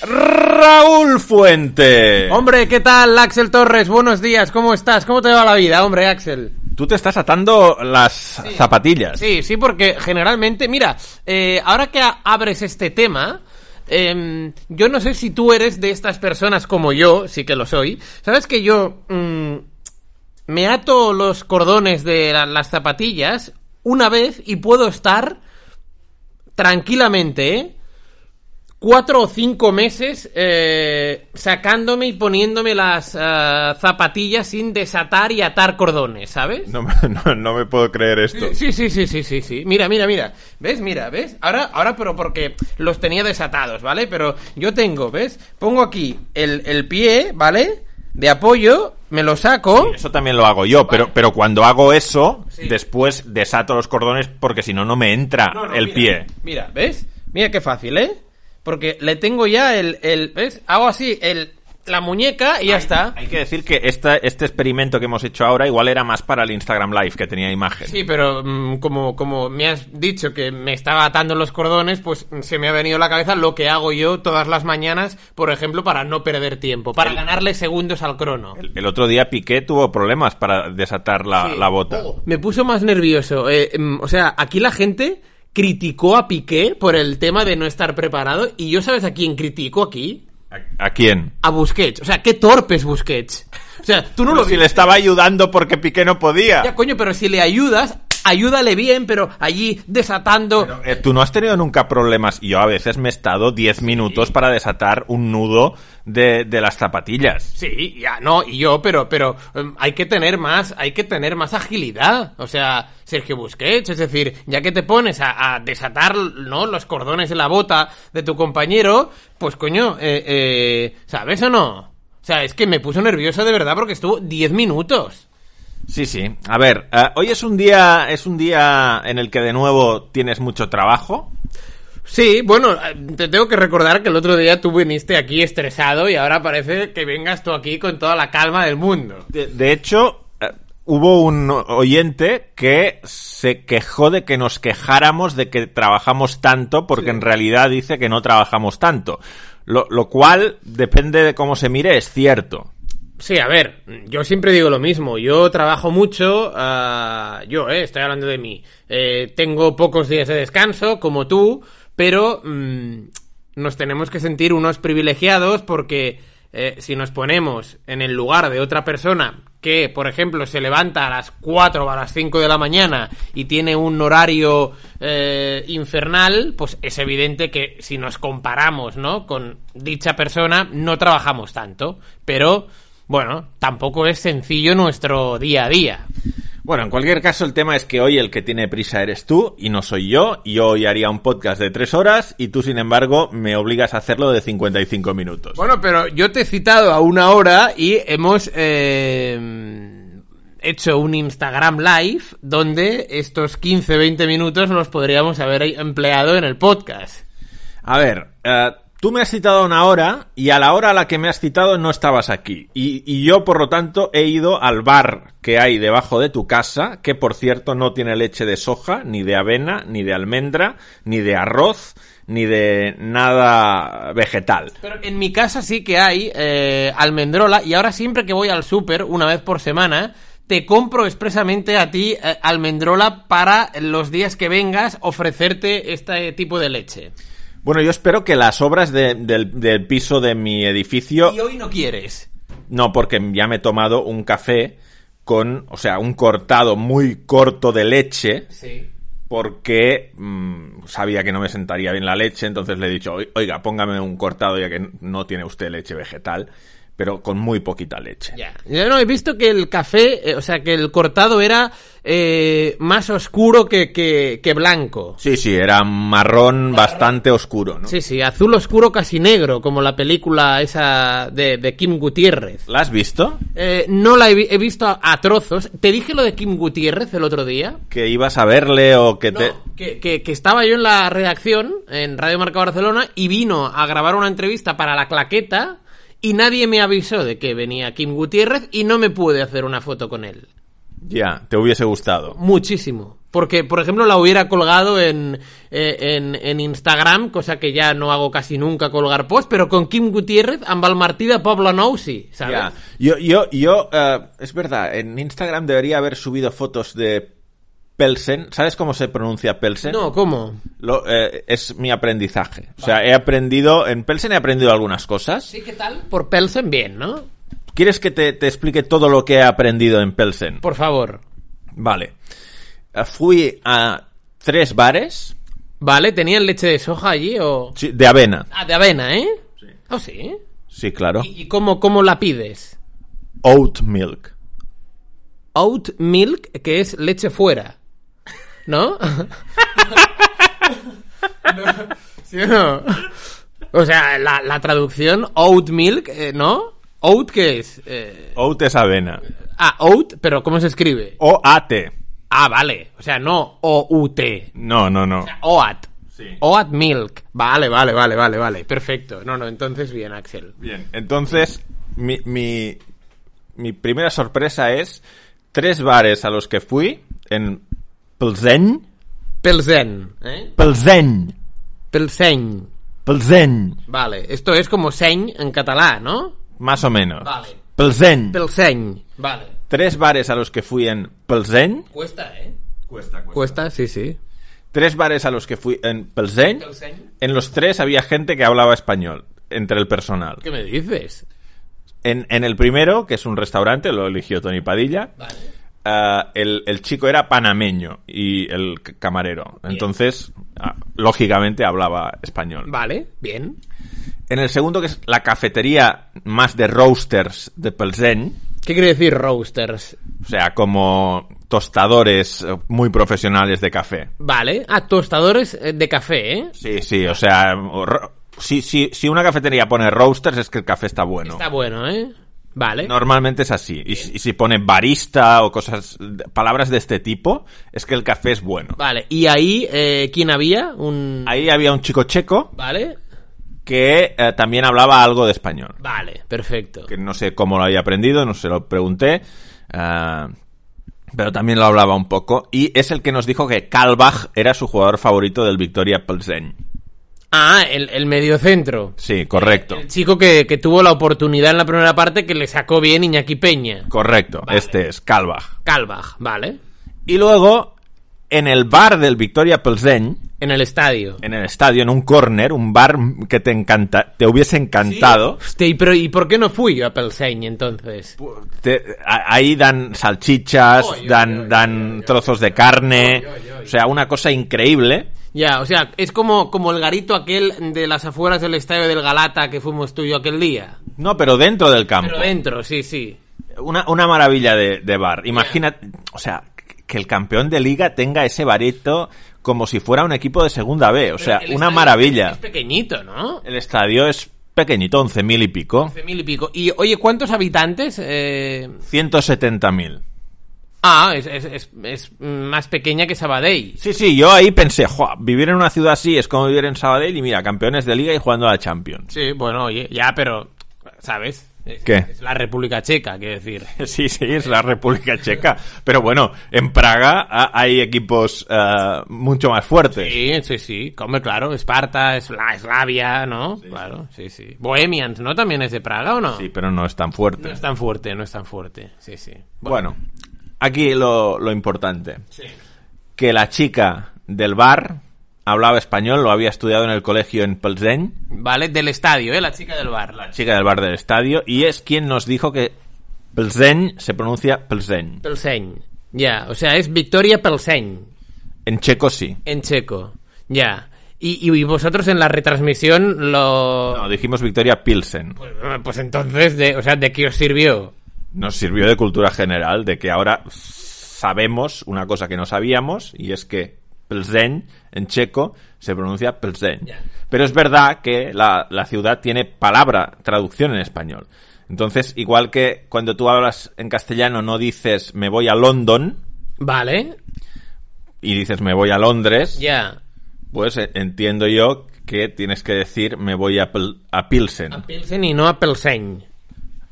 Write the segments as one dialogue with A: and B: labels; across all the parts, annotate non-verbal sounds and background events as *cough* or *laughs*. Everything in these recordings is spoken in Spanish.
A: Raúl Fuente.
B: Hombre, ¿qué tal, Axel Torres? Buenos días, ¿cómo estás? ¿Cómo te va la vida, hombre, Axel?
A: Tú te estás atando las zapatillas.
B: Sí, sí, porque generalmente, mira, eh, ahora que a- abres este tema, em, yo no sé si tú eres de estas personas como yo, sí que lo soy. ¿Sabes que yo mm, me ato los cordones de la- las zapatillas una vez y puedo estar tranquilamente, ¿eh? Cuatro o cinco meses eh, sacándome y poniéndome las ah, zapatillas sin desatar y atar cordones, ¿sabes?
A: No, me- no- no me puedo creer esto.
B: Sí, sí, sí, sí, sí, sí. Mira, mira, mira. ¿Ves? Mira, ¿ves? Ahora, ahora, pero porque los tenía desatados, ¿vale? Pero yo tengo, ¿ves? Pongo aquí el, el pie, ¿vale? De apoyo, me lo saco.
A: Eso también lo hago yo, pero, pero cuando hago eso,
B: Sí.
A: después desato los cordones porque si no, no me entra
B: No, no,
A: el
B: mira,
A: pie.
B: Mira, ¿ves? Mira qué fácil, ¿eh? Porque le tengo ya el, el ¿ves? Hago así, el, la muñeca y ya está.
A: Hay que decir que esta, este experimento que hemos hecho ahora igual era más para el Instagram Live, que tenía imagen.
B: Sí, pero mm, como, como me has dicho que me estaba atando los cordones, pues mm, se me ha venido a la cabeza lo que hago yo todas las mañanas, por ejemplo, para no perder tiempo, para ganarle segundos al crono.
A: El, el otro día Piqué tuvo problemas para desatar la,
B: Sí.
A: la bota.
B: Oh, me puso más nervioso. eh, mm, o sea, aquí la gente criticó a Piqué por el tema de no estar preparado y yo sabes a quién critico aquí.
A: ¿A, a quién?
B: A Busquets. O sea, qué torpe es Busquets. O sea, tú no lo
A: Pero si
B: viste.
A: le estaba ayudando porque Piqué no podía.
B: Ya, coño, pero si le ayudas, ayúdale bien, pero allí desatando...
A: Pero, eh, Tú no has tenido nunca problemas. Yo a veces me he estado 10 minutos para desatar un nudo de, de las zapatillas.
B: Sí, ya no, y yo, pero, pero em, hay que tener más, hay que tener más agilidad. O sea, Sergio Busquets, es decir, ya que te pones a, a desatar ¿no? los cordones de la bota de tu compañero, pues coño, eh, eh, ¿sabes o no? O sea, es que me puso nervioso de verdad porque estuvo 10 minutos.
A: Sí, sí. A ver, eh, hoy es un día es un día en el que de nuevo tienes mucho trabajo.
B: Sí, bueno, eh, te tengo que recordar que el otro día tú viniste aquí estresado y ahora parece que vengas tú aquí con toda la calma del mundo.
A: De, de hecho, eh, hubo un oyente que se quejó de que nos quejáramos de que trabajamos tanto, porque en realidad dice que no trabajamos tanto. Lo, lo cual, depende de cómo se mire, es cierto.
B: Sí, a ver, yo siempre digo lo mismo. Yo trabajo mucho, ah, yo, eh, estoy hablando de mí. Eh, tengo pocos días de descanso, como tú, pero mm, nos tenemos que sentir unos privilegiados porque eh, si nos ponemos en el lugar de otra persona que, por ejemplo, se levanta a las 4 o a las 5 de la mañana y tiene un horario eh, infernal, pues es evidente que si nos comparamos, ¿no? Con dicha persona, no trabajamos tanto. Pero, bueno, tampoco es sencillo nuestro día a día.
A: Bueno, en cualquier caso, el tema es que hoy el que tiene prisa eres tú y no soy yo. Y Yo hoy haría un podcast de tres horas y tú, sin embargo, me obligas a hacerlo de 55 minutos.
B: Bueno, pero yo te he citado a una hora y hemos eh, hecho un Instagram Live donde estos 15-20 minutos los podríamos haber empleado en el podcast.
A: A ver, eh, tú me has citado a una hora y a la hora a la que me has citado no estabas aquí. Y, y yo, por lo tanto, he ido al bar que hay debajo de tu casa, que por cierto no tiene leche de soja, ni de avena, ni de almendra, ni de arroz, ni de nada vegetal.
B: Pero en mi casa sí que hay eh, almendrola y ahora siempre que voy al súper, una vez por semana, te compro expresamente a ti eh, almendrola para los días que vengas ofrecerte este tipo de leche.
A: Bueno, yo espero que las obras de- del, del piso de mi edificio...
B: Y hoy no quieres.
A: No, porque ya me he tomado un café con, o sea, un cortado muy corto de leche,
B: Sí.
A: porque mm, sabía que no me sentaría bien la leche, entonces le he dicho, "Oi- oiga, póngame un cortado ya que no tiene usted leche vegetal, pero con muy poquita leche.
B: Ya. Yo no he visto que el café, eh, o sea, que el cortado era eh, más oscuro que, que, que blanco.
A: Sí, sí, era marrón bastante oscuro, ¿no?
B: Sí, sí, azul oscuro casi negro, como la película esa de, de Kim Gutiérrez.
A: ¿La has visto?
B: Eh, no la he, vi- he visto a, a trozos. ¿Te dije lo de Kim Gutiérrez el otro día?
A: Que ibas a verle o que
B: No,
A: te...
B: que, que- que estaba yo en la redacción, en Radio Marca Barcelona, y vino a grabar una entrevista para la claqueta y nadie me avisó de que venía Kim Gutiérrez y no me pude hacer una foto con él.
A: Ya, te hubiese gustado.
B: Muchísimo. Porque, por ejemplo, la hubiera colgado en, eh, en, en Instagram, cosa que ya no hago casi nunca colgar post, pero con Kim Gutiérrez, Ambal Martida, Pablo Nousi, ¿sabes?
A: Ya. Yo, yo, yo, eh, es verdad, en Instagram debería haber subido fotos de Pelsen. ¿Sabes cómo se pronuncia Pelsen?
B: No, ¿cómo?
A: Lo- eh, es mi aprendizaje. O sea, he aprendido, en Pelsen he aprendido algunas cosas.
B: Sí, ¿qué tal? Por Pelsen, bien, ¿no?
A: ¿Quieres que te, te explique todo lo que he aprendido en Pelsen?
B: Por favor.
A: Vale. Eh, Fui a tres bares
B: ¿Vale? ¿Tenían leche de soja allí o...?
A: sí, de avena.
B: Ah, de avena, ¿eh? Sí. Ah, sí.
A: Sí, claro.
B: ¿Y, y cómo, cómo la pides?
A: Oat milk.
B: Oat milk, que es leche fuera. ¿No? *laughs* ¿Sí o no? O sea, la, la traducción oat milk, eh, ¿no? Oat, ¿qué es? Eh,
A: Oat es avena.
B: ah, oat, pero ¿cómo se escribe?
A: O-A-T.
B: Ah, vale. O sea, no O-U-T.
A: No, no, no.
B: Oat.
A: Sí.
B: Oat milk. Vale, vale, vale, vale, vale. Perfecto. No, no, entonces bien, Axel.
A: Bien, entonces mi, mi, mi primera sorpresa es tres bares a los que fui en Plzen.
B: Pelsen. ¿Eh?
A: Plzen.
B: Pelsen.
A: Plzen.
B: Vale. Esto es como seny en catalá, ¿no?
A: Más o menos.
B: Vale.
A: Plzen.
B: Pelsen. Vale.
A: Tres bares a los que fui en Plzen.
B: Cuesta, ¿eh?
A: Cuesta,
B: Cuesta, sí, sí.
A: Tres bares a los que fui en Plzen.
B: Pelsen.
A: En los tres había gente que hablaba español entre el personal.
B: ¿Qué me dices?
A: En, en el primero, que es un restaurante, lo eligió Tony Padilla,
B: Vale.
A: Ah, el, el chico era panameño y el c- camarero. Entonces, ah, lógicamente hablaba español.
B: Vale, bien.
A: En el segundo, que es la cafetería más de roasters de Pelsen,
B: ¿Qué quiere decir roasters?
A: o sea, como tostadores eh, muy profesionales de café.
B: Vale. Ah, tostadores eh, de café, ¿eh?
A: Sí, sí, o sea, o ro- si, si, si una cafetería pone roasters es que el café está bueno.
B: Está bueno, ¿eh? Vale.
A: Normalmente es así. Y si, y si pone barista o cosas, palabras de este tipo, es que el café es bueno.
B: Vale. ¿Y ahí eh, quién había? Un...
A: Ahí había un chico checo
B: Vale.
A: que eh, también hablaba algo de español.
B: Vale, perfecto.
A: Que no sé cómo lo había aprendido, no se lo pregunté. ah, pero también lo hablaba un poco. Y es el que nos dijo que Kalbach era su jugador favorito del Victoria Pilsen.
B: Ah, el, el mediocentro.
A: Sí, correcto.
B: El chico que, que tuvo la oportunidad en la primera parte que le sacó bien Iñaki Peña.
A: Correcto, este es Kalbach.
B: Calvaj, vale.
A: Y luego, en el bar del Victoria Pilsen,
B: En el estadio.
A: en el estadio, en un corner, un bar que te encanta, te hubiese encantado.
B: Hostia, ¿y, pero, ¿y por qué no fui yo a Pelseñ entonces?
A: Te- a- ahí dan salchichas,
B: Oy, oy,
A: dan,
B: oy,
A: dan trozos de carne, o sea, una cosa increíble.
B: Ya, o sea, es como, como el garito aquel de las afueras del estadio del Galata que fuimos tú y yo aquel día.
A: No, pero dentro del campo.
B: Pero dentro, sí, sí.
A: Una, una maravilla de, de bar. Imagina, o sea, que el campeón de liga tenga ese bareto como si fuera un equipo de segunda B, o sea,
B: El
A: una
B: estadio
A: maravilla.
B: Es pequeñito, ¿no?
A: El estadio es pequeñito, 11.000 y pico,
B: Once mil y pico. Y oye, ¿cuántos habitantes? Eh,
A: 170.000.
B: Ah, es, es- es- es más pequeña que Sabadell.
A: Sí, sí, yo ahí pensé, "Jua, vivir en una ciudad así es como vivir en Sabadell y mira, campeones de liga y jugando a la Champions. *laughs*
B: Sí, bueno, oye, ya, pero, ¿sabes? Es-
A: ¿Qué?
B: Es la República Checa, quiero decir.
A: Sí, sí, es la República Checa. Pero bueno, en Praga ah, hay equipos ah, mucho más fuertes.
B: Sí, sí, sí. Come, claro, Esparta, Esla- Eslavia, ¿no? claro, sí, sí. Bohemians, ¿no? También es de Praga, ¿o no?
A: Sí, pero no es tan
B: No
A: fuerte.
B: es tan fuerte, no es tan fuerte. Sí, sí.
A: Bueno, aquí lo, lo importante. Que la chica del bar hablaba español, lo había estudiado en el colegio en Plzen,
B: Vale, del estadio, ¿eh? La chica del bar.
A: la chica del bar del estadio, y es quien nos dijo que Plzen se pronuncia Plzen.
B: Pelsen. Ya, o sea, es Victoria Pelsen.
A: En checo sí.
B: En checo. Ya. Y, y vosotros en la retransmisión lo...
A: No, dijimos Victoria Pilsen.
B: Pues, pues entonces, de, o sea, ¿de qué os sirvió?
A: Nos sirvió de cultura general, de que ahora sabemos una cosa que no sabíamos, y es que Plzen en checo se pronuncia Plzen.
B: Ya.
A: Pero es verdad que la, la ciudad tiene palabra, traducción en español. Entonces, igual que cuando tú hablas en castellano no dices me voy a London
B: Vale,
A: y dices me voy a Londres,
B: ya.
A: pues eh, entiendo yo
B: Ah.
A: que tienes que decir me voy a, Pl- a Pilsen.
B: A Pilsen y no a Pelsen.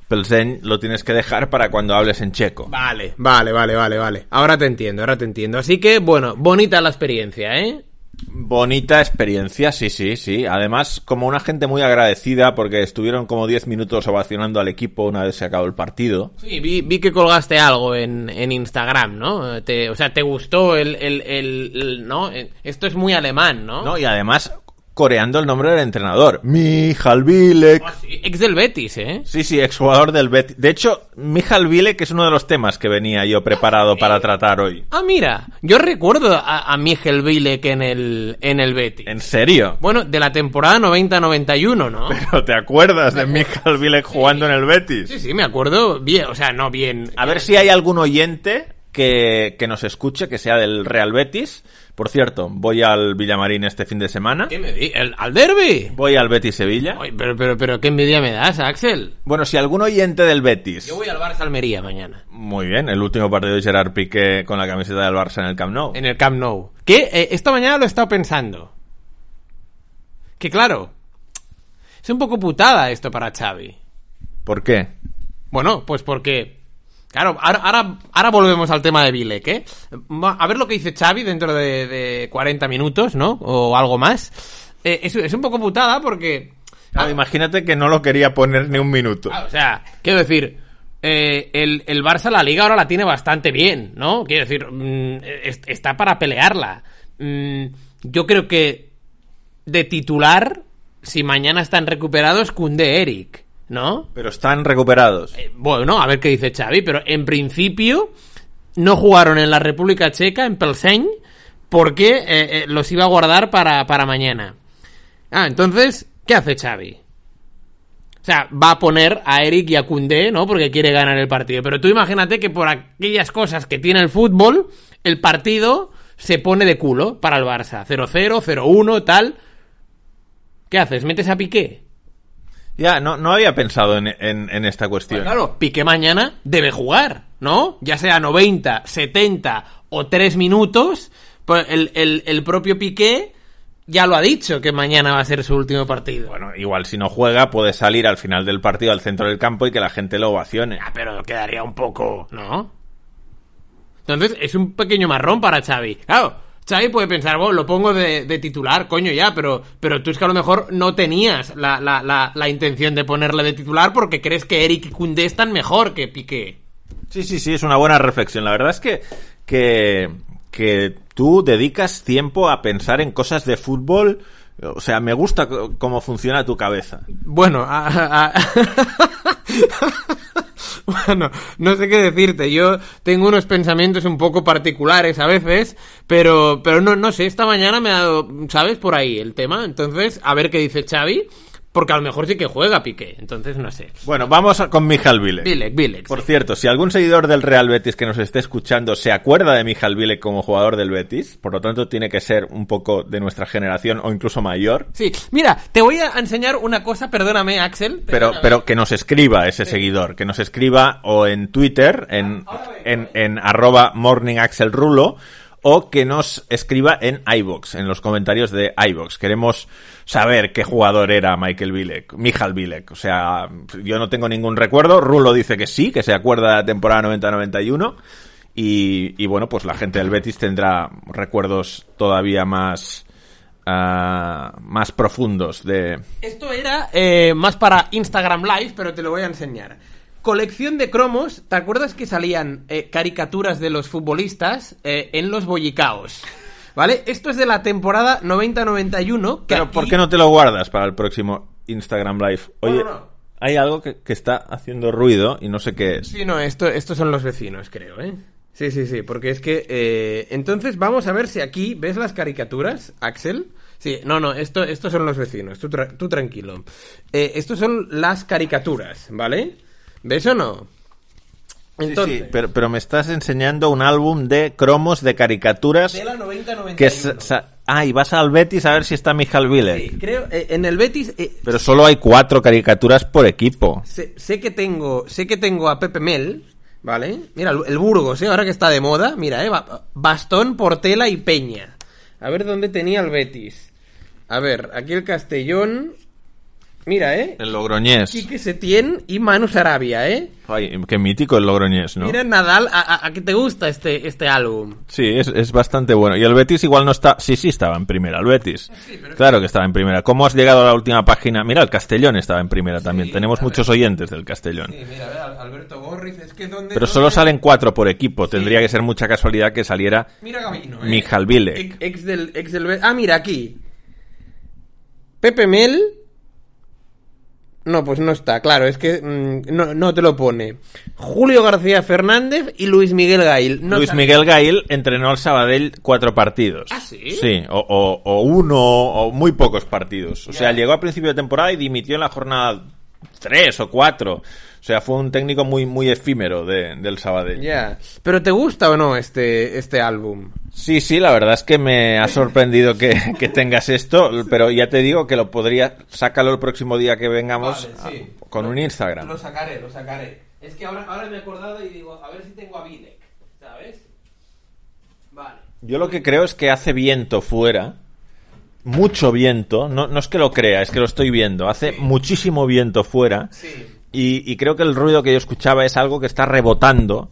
A: Pelsen lo tienes que dejar para cuando hables en checo.
B: Vale, vale, vale, vale, vale. Ahora te entiendo, ahora te entiendo. Así que, bueno, bonita la experiencia, ¿eh?
A: Bonita experiencia, sí, sí, sí. Además, como una gente muy agradecida porque estuvieron como 10 minutos ovacionando al equipo una vez se acabó el partido.
B: Sí, vi, vi que colgaste algo en, en Instagram, ¿no? Te- o sea, te gustó el, el- el- el- ¿no? Eh, Esto es muy alemán, ¿no?
A: No, y además coreando el nombre del entrenador. Mijal Bilek.
B: Ah, sí, Ex del Betis, ¿eh?
A: Sí, sí, exjugador del Betis. De hecho, Mijal Bilek es uno de los temas que venía yo preparado para tratar hoy.
B: Ah, mira, yo recuerdo a, a Miguel Bilek en el, en el Betis.
A: ¿En serio? *laughs*
B: Bueno, de la temporada 90-91, ¿no?
A: ¿Pero te acuerdas de Mijal Bilek jugando en el Betis?
B: Sí, sí, me acuerdo bien, o sea, no bien.
A: A ver si hay algún oyente que, que nos escuche, que sea del Real Betis. Por cierto, voy al Villamarín este fin de semana.
B: ¿Qué me di? ¿El, ¿Al derby?
A: Voy al Betis Sevilla.
B: Ay, pero, pero, pero, ¿qué envidia me das, Axel?
A: Bueno, si algún oyente del Betis.
B: Yo voy al Barça Almería mañana.
A: Muy bien, el último partido de Gerard Piqué con la camiseta del Barça en el Camp Nou.
B: En el Camp Nou. Que eh, esta mañana lo he estado pensando. Que claro, es un poco putada esto para Xavi.
A: ¿Por qué?
B: Bueno, pues porque... Claro, ahora, ahora, ahora volvemos al tema de Bilek, ¿eh? Va- A ver lo que dice Xavi dentro de, de 40 minutos, ¿no? O algo más. Eh, es, es un poco putada porque...
A: Ah, imagínate que no lo quería poner ni un minuto.
B: Ah, o sea, quiero decir, eh, el, el Barça la liga ahora la tiene bastante bien, ¿no? Quiero decir, mm, es- está para pelearla. Mm, yo creo que de titular, si mañana están recuperados, cunde Eric, ¿no?
A: Pero están recuperados.
B: Eh, bueno, a ver qué dice Xavi, pero en principio no jugaron en la República Checa, en Plzeň, porque eh, eh, los iba a guardar para, para mañana. Ah, entonces, ¿qué hace Xavi? O sea, va a poner a Eric y a Koundé, ¿no? Porque quiere ganar el partido. Pero tú imagínate que por aquellas cosas que tiene el fútbol, el partido se pone de culo para el Barça. 0-0, 0-1, tal. ¿Qué haces? ¿Metes a Piqué?
A: Ya, no, no había pensado en, en- en esta cuestión.
B: Pues claro, Piqué mañana debe jugar, ¿no? Ya sea 90, 70 o 3 minutos, pues el, el- el propio Piqué ya lo ha dicho que mañana va a ser su último partido.
A: Bueno, igual si no juega puede salir al final del partido al centro del campo y que la gente lo ovacione.
B: Ah, pero quedaría un poco, ¿no? Entonces, es un pequeño marrón para Xavi. Claro, Xavi puede pensar, bueno, lo pongo de, de titular, coño, ya, pero, pero tú es que a lo mejor no tenías la, la- la- la intención de ponerle de titular porque crees que Eric y Koundé están mejor que Piqué.
A: Sí, sí, sí, es una buena reflexión. La verdad es que, que, que tú dedicas tiempo a pensar en cosas de fútbol. O sea, me gusta c- cómo funciona tu cabeza.
B: Bueno, a- *laughs* a- bueno, no sé qué decirte. Yo tengo unos pensamientos un poco particulares a veces, pero, pero no, no sé. Esta mañana me ha dado, ¿sabes? Por ahí el tema. Entonces, a ver qué dice Xavi, porque a lo mejor sí que juega Piqué. Entonces, no sé.
A: Bueno, vamos a- con Mijal Bilek.
B: Bilek, Bilek.
A: Por cierto, si algún seguidor del Real Betis que nos esté escuchando se acuerda de Mijal Bilek como jugador del Betis, por lo tanto tiene que ser un poco de nuestra generación o incluso mayor,
B: Sí, mira, te voy a enseñar una cosa, perdóname, Axel.
A: pero,
B: perdóname.
A: pero que nos escriba ese seguidor, que nos escriba o en Twitter, en, en, en arroba morningaxelrulo, o que nos escriba en iVox, en los comentarios de iVox. Queremos saber qué jugador era Michael Bilek, Mijal Bilek. O sea, yo no tengo ningún recuerdo. Rulo dice que sí, que se acuerda de la temporada 90-91. Y, y bueno, pues la gente del Betis tendrá recuerdos todavía más, ah, más profundos de,
B: Esto era eh, más para Instagram Live, pero te lo voy a enseñar. Colección de cromos, ¿te acuerdas que salían eh, caricaturas de los futbolistas eh, en los bollicaos? ¿Vale? Esto es de la temporada 90-91. que
A: Pero
B: aquí-
A: ¿por qué no te lo guardas para el próximo Instagram Live? Oye,
B: No, no, no.
A: hay algo que, que está haciendo ruido y no sé qué es.
B: Sí, no, esto, estos son los vecinos, creo, ¿eh? Sí, sí, sí, porque es que... eh, entonces vamos a ver si aquí ves las caricaturas, Axel. Sí, no, no, esto, estos son los vecinos, tú, tra- tú tranquilo. Eh, estos son las caricaturas, ¿vale? ¿Ves o no? Entonces...
A: Sí, sí, pero, pero me estás enseñando un álbum de cromos de caricaturas
B: De la 90-91.
A: que... sa- sa- ah, y vas al Betis a ver si está Mijal Bilek.
B: Sí, creo, eh, en el Betis eh,
A: Pero solo hay cuatro caricaturas por equipo.
B: sé, sé que tengo sé que tengo a Pepe Mel, ¿vale? Mira, el, el Burgos, ¿eh? ahora que está de moda, mira, eh, ba- Bastón, Portela y Peña. A ver dónde tenía el Betis. A ver, aquí el Castellón. mira, ¿eh?
A: El Logroñés.
B: Quique Setién y Manu Sarabia, ¿eh?
A: Ay, qué mítico el Logroñés, ¿no?
B: Mira, Nadal, ¿a, a, a qué te gusta este, este álbum?
A: Sí, es, es bastante bueno. Y el Betis igual no está... Sí, sí, estaba en primera, el Betis. claro que estaba en primera. ¿Cómo has llegado a la última página? Mira, el Castellón estaba en primera también. Tenemos muchos oyentes del Castellón.
B: mira, Alberto Gorriz, es que donde...
A: Pero solo salen cuatro por equipo. Tendría que ser mucha casualidad que saliera
B: Mira Gavino,
A: Mijal Vilek.
B: Ex, ex del, ex del... Ah, mira, aquí. Pepe Mel... No, pues no está, claro, es que mm, no, no te lo pone. Julio García Fernández y Luis Miguel Gail. No
A: Luis
B: sabe-
A: Miguel Gail entrenó al Sabadell cuatro partidos.
B: ¿Ah, sí?
A: Sí, o, o- o uno, o muy pocos partidos. O sea, llegó a principio de temporada y dimitió en la jornada tres o cuatro. O sea, fue un técnico muy, muy efímero de- del Sabadell.
B: Ya. ¿Pero te gusta o no este, este álbum?
A: Sí, sí, la verdad es que me ha sorprendido que, que tengas esto, pero ya te digo que lo podría, sácalo el próximo día que vengamos
B: Vale, sí.
A: a- con un Instagram.
B: Lo sacaré, lo sacaré. Es que ahora, ahora me he acordado y digo, a ver si tengo a Vilek, ¿sabes? Vale.
A: Yo lo que creo es que hace viento fuera, mucho viento, no, no es que lo crea, es que lo estoy viendo, hace muchísimo viento fuera
B: Sí.
A: y, y creo que el ruido que yo escuchaba es algo que está rebotando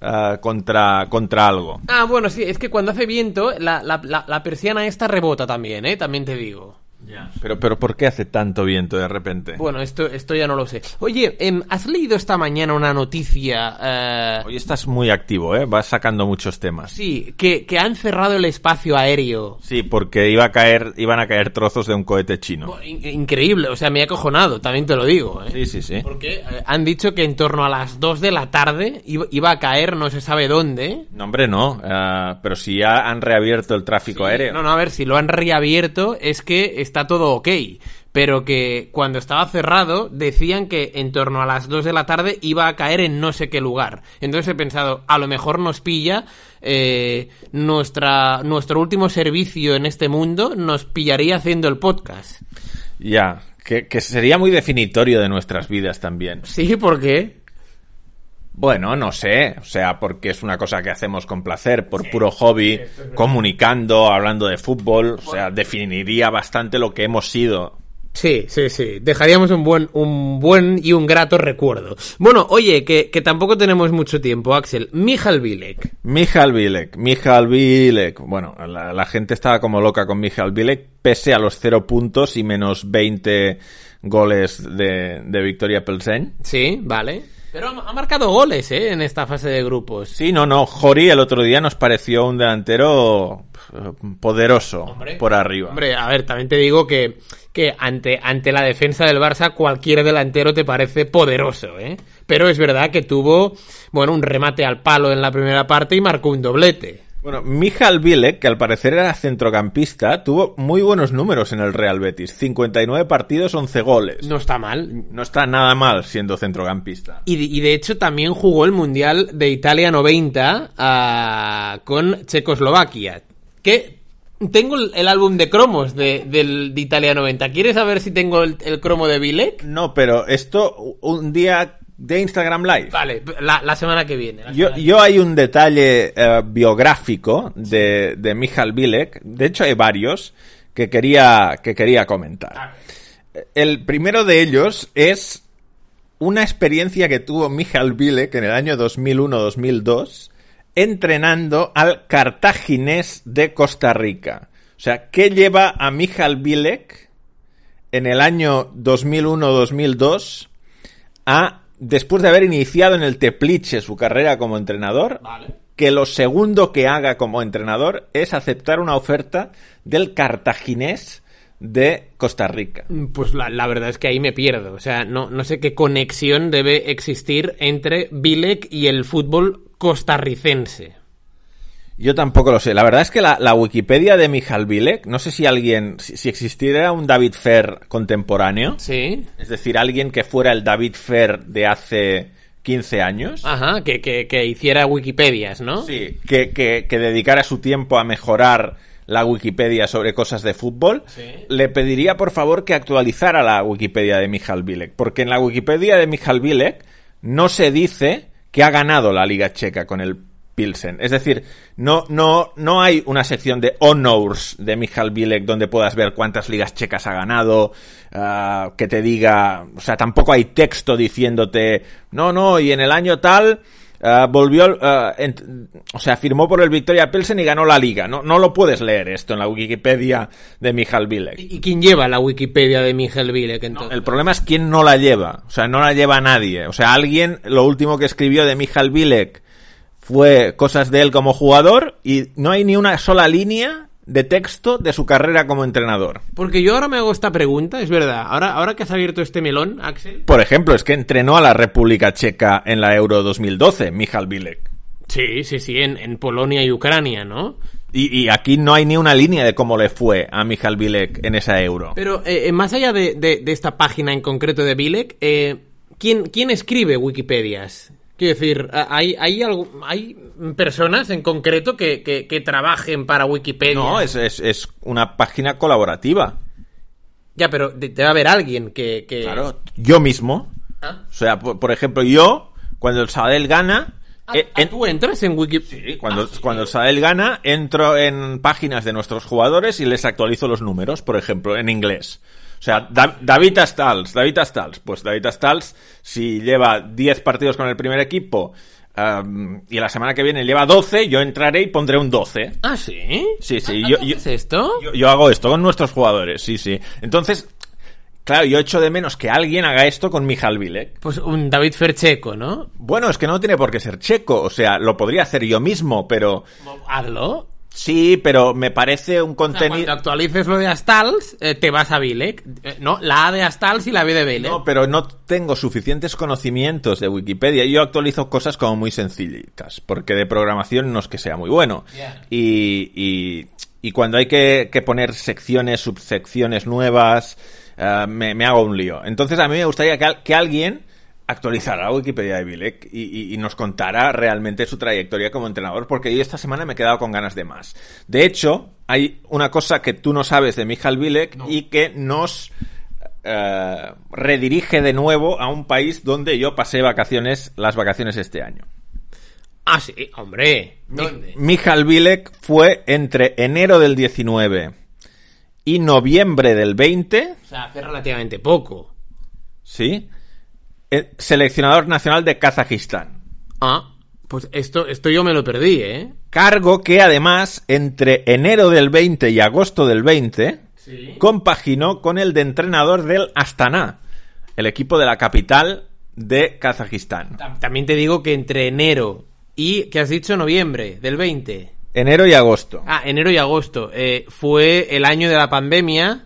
A: ah, contra, contra algo.
B: Ah, bueno, sí, es que cuando hace viento, la, la, la, la persiana esta rebota también, ¿eh? También te digo.
A: Pero, pero ¿por qué hace tanto viento de repente?
B: Bueno, esto, esto ya no lo sé. Oye, em, ¿has leído esta mañana una noticia? eh,
A: Hoy estás muy activo, ¿eh? vas sacando muchos temas.
B: sí, que, que han cerrado el espacio aéreo.
A: Sí, porque iba a caer, iban a caer trozos de un cohete chino.
B: Bueno, in- increíble, o sea, me ha acojonado, también te lo digo, ¿eh?
A: Sí, sí, sí.
B: Porque eh, han dicho que en torno a las 2 de la tarde iba, iba a caer no se sabe dónde.
A: No, hombre, no. ah, pero si ya han reabierto el tráfico aéreo.
B: No, no, a ver, si lo han reabierto es que está todo ok. Pero que cuando estaba cerrado decían que en torno a las 2 de la tarde iba a caer en no sé qué lugar. Entonces he pensado, a lo mejor nos pilla eh, nuestra, nuestro último servicio en este mundo, nos pillaría haciendo el podcast.
A: Ya, que, que sería muy definitorio de nuestras vidas también.
B: Sí, ¿por qué?
A: Bueno, no sé, o sea, porque es una cosa que hacemos con placer, por puro hobby, comunicando, hablando de fútbol, o sea, definiría bastante lo que hemos sido.
B: Sí, sí, sí. Dejaríamos un buen, un buen y un grato recuerdo. Bueno, oye, que, que tampoco tenemos mucho tiempo, Axel. Mijal Vilek.
A: Mijal Vilek, Mijal Vilek. Bueno, la, la gente estaba como loca con Mijal Vilek, pese a los cero puntos y menos 20 goles de, de Victoria Pelsen.
B: Sí, vale. Pero ha ha marcado goles, ¿eh? En esta fase de grupos.
A: Sí, no, no. Jori el otro día nos pareció un delantero eh, poderoso
B: Hombre.
A: por arriba.
B: Hombre, a ver, también te digo que, que ante, ante la defensa del Barça cualquier delantero te parece poderoso, ¿eh? Pero es verdad que tuvo, bueno, un remate al palo en la primera parte y marcó un doblete.
A: Bueno, Mijal Vilek, que al parecer era centrocampista, tuvo muy buenos números en el Real Betis. 59 partidos, 11 goles.
B: No está mal.
A: No está nada mal siendo centrocampista.
B: Y de, y de hecho también jugó el Mundial de Italia 90 ah, con Checoslovaquia. Que tengo el, el álbum de cromos de, del, de Italia 90. ¿Quieres saber si tengo el, el cromo de Vilek?
A: No, pero esto u- un día de Instagram Live.
B: Vale, la, la semana que viene. la
A: Yo,
B: semana que-
A: yo hay un detalle eh, biográfico de, de Mijal Vilek, de hecho hay varios, que quería, que quería comentar. El primero de ellos es una experiencia que tuvo Mijal Vilek en el año 2001-2002 entrenando al cartaginés de Costa Rica. O sea, ¿qué lleva a Mijal Vilek en el año 2001-2002 a, después de haber iniciado en el Tepliche su carrera como entrenador,
B: Vale.
A: que lo segundo que haga como entrenador es aceptar una oferta del cartaginés de Costa Rica?
B: Mm, Pues la, la verdad es que ahí me pierdo. O sea, no, no sé qué conexión debe existir entre Vilek y el fútbol costarricense.
A: Yo tampoco lo sé. La verdad es que la, la Wikipedia de Mijal Vilek, no sé si alguien, si, si existiera un David Fer contemporáneo,
B: Sí.
A: es decir, alguien que fuera el David Fer de hace 15 años,
B: Ajá, que, que, que hiciera Wikipedias, Ah, ¿no?
A: sí, que, que- que dedicara su tiempo a mejorar la Wikipedia sobre cosas de fútbol,
B: Sí.
A: le pediría por favor que actualizara la Wikipedia de Mijal Vilek, porque en la Wikipedia de Mijal Vilek no se dice que ha ganado la Liga Checa con el Pilsen. Es decir, no, no, no hay una sección de honors de Michal Bilek donde puedas ver cuántas ligas checas ha ganado, ah, que te diga, o sea, tampoco hay texto diciéndote, no, no, y en el año tal, ah, volvió, ah, ent- o sea, firmó por el Victoria Pilsen y ganó la liga. No, no lo puedes leer esto en la Wikipedia de Michal Bilek.
B: ¿Y quién lleva la Wikipedia de Miguel Vilek entonces?
A: El problema es quién no la lleva. O sea, no la lleva nadie. O sea, alguien, lo último que escribió de Michal Bilek fue cosas de él como jugador y no hay ni una sola línea de texto de su carrera como entrenador.
B: Porque yo ahora me hago esta pregunta, es verdad. Ahora, ahora que has abierto este melón, Axel.
A: Por ejemplo, es que entrenó a la República Checa en la Euro 2012, Michal Bilek.
B: Sí, sí, sí, en, en Polonia y Ucrania, ¿no?
A: Y, y aquí no hay ni una línea de cómo le fue a Michal Bilek en esa Euro.
B: Pero eh, eh, más allá de, de- de esta página en concreto de Bilek, eh, ¿quién, ¿quién escribe Wikipedias? Quiero decir, ¿ha- ¿hay, hay, algo- hay personas en concreto que, que- que trabajen para Wikipedia?
A: No, es, es, es una página colaborativa.
B: Ya, pero de- debe haber alguien que... que-
A: Claro, yo mismo.
B: Ah,
A: O sea, por, por ejemplo, yo, cuando el Sabadell gana...
B: ah,
A: eh, en-
B: ¿Tú Ah, entras en Wikipedia?
A: Sí, cuando, cuando el Sadel gana, entro en páginas de nuestros jugadores y les actualizo los números, por ejemplo, en inglés. O sea, Da- David Astals, David Astals. Pues David Astals, si lleva 10 partidos con el primer equipo am, y la semana que viene lleva 12, yo entraré y pondré un 12.
B: Ah, sí.
A: Sí, sí,
B: Ah,
A: yo-
B: ¿cómo
A: yo-
B: es esto?
A: Yo, yo hago esto con nuestros jugadores, sí, sí. Entonces, claro, yo echo de menos que alguien haga esto con Mijal Vilek.
B: Pues un David Fercheco, ¿no?
A: Bueno, es que no tiene por qué ser checo, o sea, lo podría hacer yo mismo, pero...
B: Hazlo.
A: Sí, pero me parece un
B: O sea, cuando
A: contenido.
B: actualices lo de Astals, eh, te vas a Bilek. Eh, no, la A de Astals y la B de Bilek.
A: No, pero no tengo suficientes conocimientos de Wikipedia. Yo actualizo cosas como muy sencillitas, porque de programación no es que sea muy bueno.
B: Yeah.
A: Y, y- y cuando hay que, que poner secciones, subsecciones nuevas, eh, me, me hago un lío. Entonces a mí me gustaría que, al- que alguien actualizara la Wikipedia de Vilek y, y- y nos contara realmente su trayectoria como entrenador, porque yo esta semana me he quedado con ganas de más. De hecho, hay una cosa que tú no sabes de Michal Vilek y que nos eh, redirige de nuevo a un país donde yo pasé vacaciones, las vacaciones este año.
B: Ah, sí, hombre. ¿Dónde?
A: Mijal Vilek fue entre enero del 19 y noviembre del 20,
B: O sea, hace relativamente poco.
A: ¿sí? Eh, seleccionador nacional de Kazajistán.
B: Ah, pues esto, esto yo me lo perdí, ¿eh?
A: Cargo que además entre enero del 20 y agosto del 20
B: Sí.
A: compaginó con el de entrenador del Astana, el equipo de la capital de Kazajistán.
B: También te digo que entre enero y, que has dicho, noviembre del 20.
A: Enero y agosto.
B: Ah, enero y agosto. Eh, fue el año de la pandemia.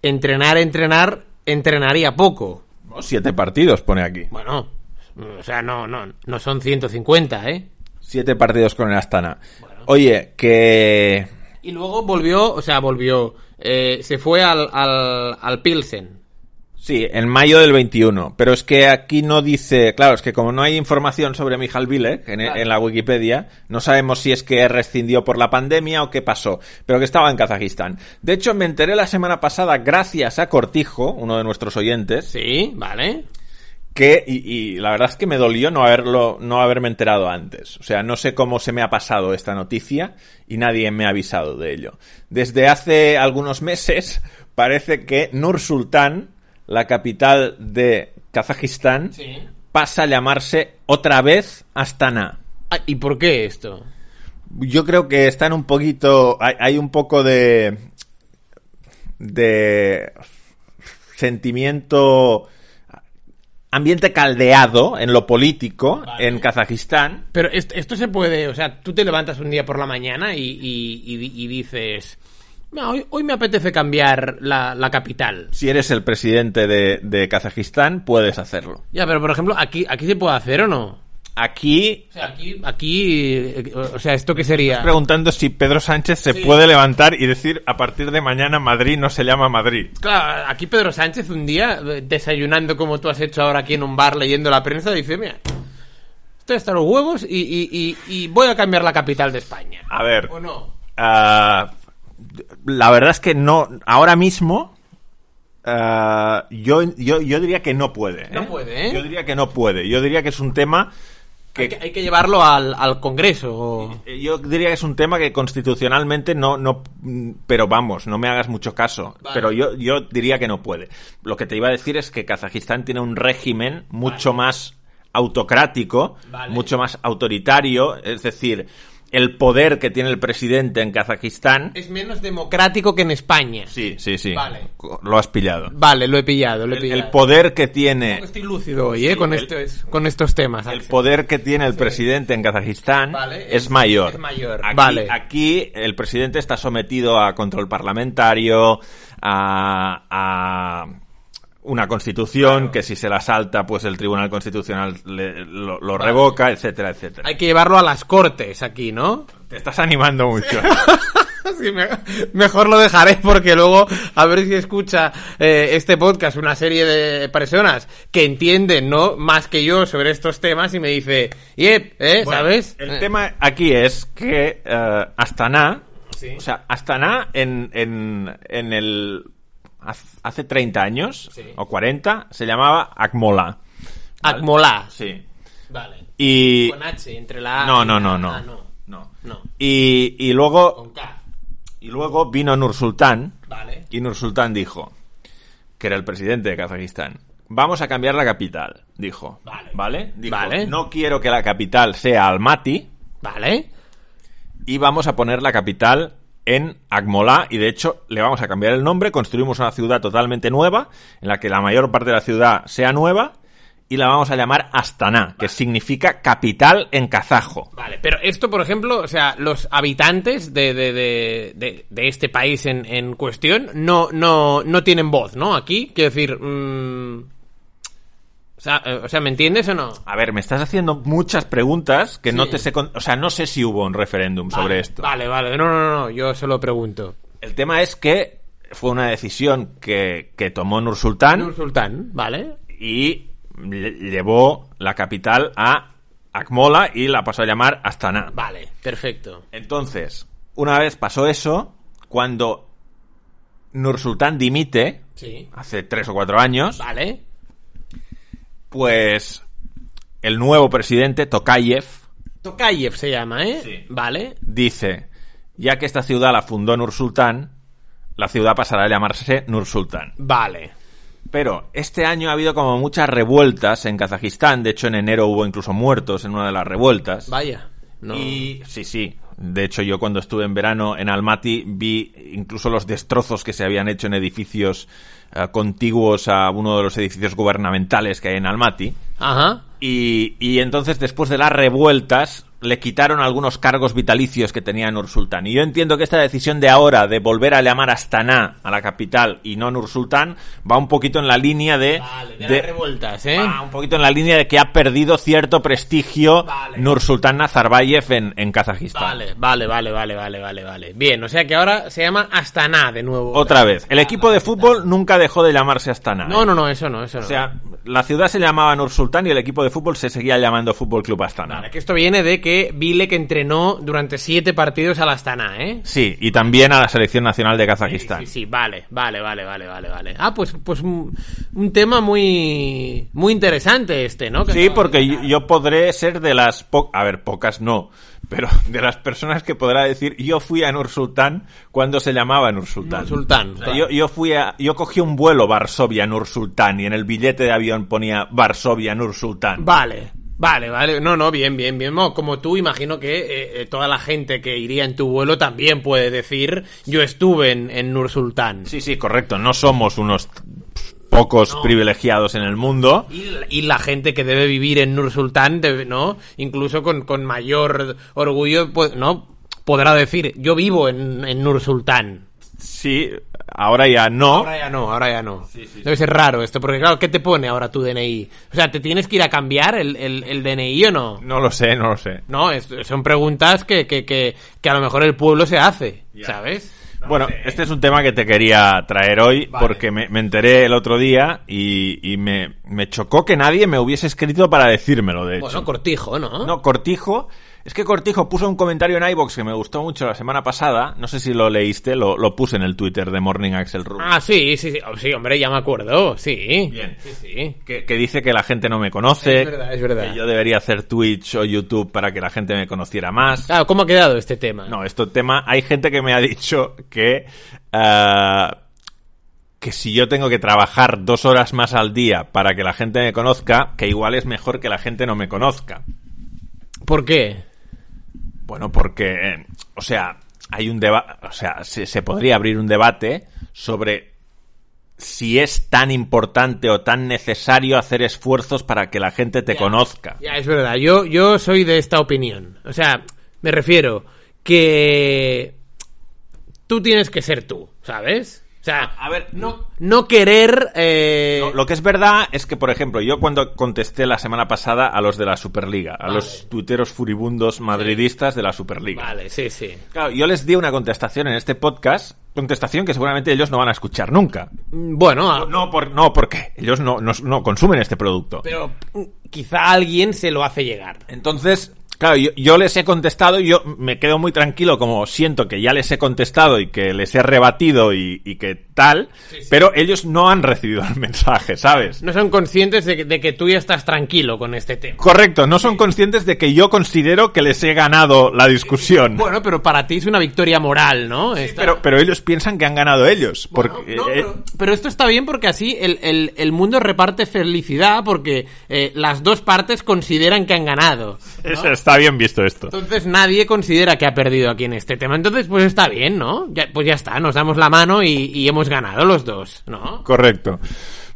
B: Entrenar, entrenar, entrenaría poco.
A: Siete partidos pone aquí.
B: Bueno, o sea, no, no, no son 150, ¿eh?
A: Siete partidos con el Astana. Oye, que...
B: Y luego volvió, o sea, volvió, eh, se fue al, al, al Pilsen.
A: Sí, en mayo del 21. Pero es que aquí no dice. Claro, es que como no hay información sobre Michal Vilek en, en la Wikipedia, no sabemos si es que rescindió por la pandemia o qué pasó. Pero que estaba en Kazajistán. De hecho, me enteré la semana pasada, gracias a Cortijo, uno de nuestros oyentes,
B: Sí, vale.
A: que. Y, y la verdad es que me dolió no haberlo, no haberme enterado antes. O sea, no sé cómo se me ha pasado esta noticia y nadie me ha avisado de ello. Desde hace algunos meses parece que Nur Sultán, la capital de Kazajistán,
B: Sí.
A: pasa a llamarse otra vez Astana.
B: Ah, ¿Y por qué esto?
A: Yo creo que están un poquito. Hay, hay un poco de. de. sentimiento. ambiente caldeado en lo político en Kazajistán.
B: Pero esto, esto se puede, o sea, tú te levantas un día por la mañana y, y- y di- y dices, "No, hoy, hoy me apetece cambiar la, la capital.
A: Si eres el presidente de, de Kazajistán, puedes hacerlo.
B: Ya, pero por ejemplo, aquí, aquí se puede hacer o no.
A: Aquí.
B: O sea, aquí, aquí, eh, o sea, ¿esto qué sería?
A: Preguntando si Pedro Sánchez se
B: Sí.
A: puede levantar y decir a partir de mañana Madrid no se llama Madrid.
B: Claro, aquí Pedro Sánchez un día, eh, desayunando como tú has hecho ahora aquí en un bar leyendo la prensa, dice, mira, estoy hasta los huevos y, y- y- y voy a cambiar la capital de España.
A: A ver.
B: ¿O no?
A: Ah, la verdad es que no. Ahora mismo. ah, yo, yo, yo diría que no puede.
B: No puede, ¿eh?
A: Yo diría que no puede. Yo diría que es un tema que-
B: Hay, que, hay que llevarlo al, al Congreso. o-
A: Eh, Yo diría que es un tema que constitucionalmente no, no, mm, pero vamos, no me hagas mucho caso.
B: Vale.
A: Pero yo, yo diría que no puede. Lo que te iba a decir es que Kazajistán tiene un régimen mucho más autocrático,
B: Vale.
A: mucho más autoritario, es decir, el poder que tiene el presidente en Kazajistán.
B: Es menos democrático que en España.
A: Sí, sí, sí.
B: Vale.
A: Co- Lo has pillado.
B: Vale, lo he pillado, lo he
A: El,
B: pillado.
A: el poder que tiene,
B: Estoy lúcido hoy, ¿eh?
A: Sí,
B: con,
A: el-
B: estos, con estos temas.
A: el
B: Axel.
A: poder que tiene el presidente en Kazajistán
B: Vale,
A: es,
B: es-
A: mayor.
B: es mayor,
A: Aquí,
B: vale.
A: aquí el presidente está sometido a control parlamentario, a, a una constitución que si se la salta, pues el Tribunal Constitucional le- lo, lo revoca, etcétera, etcétera.
B: Hay que llevarlo a las cortes aquí, ¿no? *laughs*
A: Te estás animando mucho.
B: Sí, me- mejor lo dejaré porque luego a ver si escucha eh, este podcast una serie de personas que entienden no más que yo sobre estos temas y me dice, yep, ¿eh?
A: Bueno,
B: ¿sabes?
A: El
B: Eh,
A: tema aquí es que eh, Astana,
B: Sí.
A: o sea, Astana en, en, en el... haz- Hace 30 años
B: Sí.
A: o 40 se llamaba Akmola.
B: Akmolá.
A: Sí.
B: Vale.
A: Y.
B: Con H entre la A
A: No,
B: y
A: no,
B: la-
A: no, no.
B: Ah, no.
A: No.
B: No.
A: Y, y luego,
B: Con K.
A: y luego vino Nursultán.
B: Vale.
A: Y Nursultán dijo, que era el presidente de Kazajistán, vamos a cambiar la capital. Dijo.
B: Vale.
A: Dijo,
B: Vale.
A: No quiero que la capital sea Almaty
B: Vale.
A: y vamos a poner la capital en Akmolá y de hecho le vamos a cambiar el nombre, construimos una ciudad totalmente nueva en la que la mayor parte de la ciudad sea nueva y la vamos a llamar Astana, que significa capital en kazajo.
B: Vale, pero esto, por ejemplo, o sea, los habitantes de, de, de, de, de este país en, en cuestión no, no, no tienen voz, ¿no? Aquí, quiero decir... mm, o, sea, eh, o sea, ¿me entiendes o no?
A: A ver, me estás haciendo muchas preguntas que no
B: Sí.
A: te sé... con- O sea, no sé si hubo un referéndum sobre esto.
B: Vale, vale, no, no, no, yo se lo pregunto.
A: El tema es que fue una decisión que, que tomó Nursultán
B: Nur Sultán, ¿vale?
A: y lle- llevó la capital a Akmola y la pasó a llamar Astana.
B: Vale, perfecto.
A: Entonces, una vez pasó eso, cuando Nursultán dimite,
B: Sí.
A: hace tres o cuatro años,
B: Vale.
A: pues el nuevo presidente, Tokayev,
B: Tokayev se llama, ¿eh?
A: Sí.
B: Vale.
A: dice, ya que esta ciudad la fundó Nursultán, la ciudad pasará a llamarse Nursultán.
B: Vale.
A: Pero este año ha habido como muchas revueltas en Kazajistán, de hecho en enero hubo incluso muertos en una de las revueltas.
B: Vaya. No.
A: Y sí, sí. De hecho, yo cuando estuve en verano en Almaty vi incluso los destrozos que se habían hecho en edificios eh, contiguos a uno de los edificios gubernamentales que hay en Almaty.
B: Ajá.
A: Y, y entonces, después de las revueltas, le quitaron algunos cargos vitalicios que tenía Nursultán. Y yo entiendo que esta decisión de ahora, de volver a llamar Astana a la capital y no Nursultán, va un poquito en la línea de...
B: Vale, de,
A: de-
B: las revueltas, ¿eh?
A: va un poquito en la línea de que ha perdido cierto prestigio
B: Vale.
A: Nursultán Nazarbayev en, en Kazajistán.
B: Vale, vale, vale, vale, vale, vale, vale. Bien, o sea que ahora se llama Astana de nuevo.
A: Otra vez, el equipo de fútbol nunca dejó de llamarse Astana. ¿eh?
B: No, no, no, eso no, eso no.
A: O sea, la ciudad se llamaba Nursultán y el equipo de fútbol se seguía llamando Fútbol Club Astana.
B: Vale, que esto viene de que Vilek entrenó durante siete partidos al Astana, ¿eh?
A: Sí, y también a la selección nacional de Kazajistán.
B: Sí, sí, vale, vale, vale, vale, vale, vale. Ah, pues, pues un, un tema muy, muy interesante este, ¿no? Que
A: Sí,
B: no-
A: porque yo, yo podré ser de las po- a ver, pocas no, pero *laughs* de las personas que podrá decir yo fui a Nursultán cuando se llamaba Nursultán.
B: Nursultán,
A: O sea,
B: claro.
A: yo, yo fui a yo cogí un vuelo Varsovia Nursultán y en el billete de avión ponía Varsovia Nursultán.
B: Vale, vale, vale. No, no, bien, bien, bien. No, como tú, imagino que eh, eh, toda la gente que iría en tu vuelo también puede decir, yo estuve en, en Nur Sultán.
A: Sí, sí, correcto, no somos unos pocos privilegiados en el mundo.
B: Y, y la gente que debe vivir en Nur Sultán, debe- ¿no? Incluso con, con mayor orgullo, pues, ¿no? Podrá decir, yo vivo en, en Nur Sultán.
A: Sí, ahora ya no.
B: Ahora ya no, ahora ya no. Debe ser raro esto, porque claro, ¿qué te pone ahora tu DNI? O sea, ¿te tienes que ir a cambiar el, el- el DNI o no?
A: No lo sé, no lo sé.
B: No, es- son preguntas que, que, que, que a lo mejor el pueblo se hace,
A: Ya.
B: ¿sabes?
A: Bueno, este es un tema que te quería traer hoy
B: Vale.
A: porque me, me enteré el otro día y, y me, me chocó que nadie me hubiese escrito para decírmelo, de hecho.
B: Bueno, cortijo, ¿no?
A: no, Cortijo Es que Cortijo puso un comentario en iBox que me gustó mucho la semana pasada. No sé si lo leíste, lo, lo puse en el Twitter de Morning Axel Rubio.
B: Ah, sí, sí, sí, Oh, sí, hombre, ya me acuerdo, sí.
A: Bien.
B: Sí, sí.
A: Que, que dice que la gente no me conoce.
B: Es verdad, es verdad.
A: Que yo debería hacer Twitch o YouTube para que la gente me conociera más.
B: Claro, ¿cómo ha quedado este tema?
A: No, esto tema. Hay gente que me ha dicho que. ah, que si yo tengo que trabajar dos horas más al día para que la gente me conozca, que igual es mejor que la gente no me conozca.
B: ¿Por qué?
A: Bueno, porque. eh, O sea, hay un debate. O sea, se, se podría abrir un debate sobre si es tan importante o tan necesario hacer esfuerzos para que la gente te conozca.
B: Ya, es verdad. Yo, yo soy de esta opinión. O sea, me refiero que tú tienes que ser tú, ¿sabes? O sea,
A: A ver,
B: no, no querer... eh,
A: Lo, lo que es verdad es que, por ejemplo, yo cuando contesté la semana pasada a los de la Superliga, a
B: Vale.
A: los tuiteros furibundos madridistas de la Superliga.
B: Vale, sí, sí.
A: Claro, yo les di una contestación en este podcast, contestación que seguramente ellos no van a escuchar nunca.
B: Mm, Bueno, a-
A: No, por, no porque ellos no, no, no consumen este producto.
B: pero mm, quizá alguien se lo hace llegar.
A: Entonces, claro, yo, yo les he contestado y yo me quedo muy tranquilo como siento que ya les he contestado y que les he rebatido y, y que tal, pero ellos no han recibido el *laughs* mensaje, ¿sabes?
B: No son conscientes de que, de que tú ya estás tranquilo con este tema.
A: Correcto, no son conscientes de que yo considero que les he ganado la discusión.
B: Bueno, pero para ti es una victoria moral, ¿no? Esta-
A: pero, pero ellos piensan que han ganado ellos. Porque,
B: No,
A: eh,
B: pero, pero esto está bien porque así el, el- el mundo reparte felicidad porque eh, las dos partes consideran que han ganado.
A: es- eh, Está bien visto esto.
B: Entonces nadie considera que ha perdido aquí en este tema. Entonces pues está bien, ¿no? Ya- pues ya está, nos damos la mano y, y hemos ganado los dos, ¿no?
A: Correcto.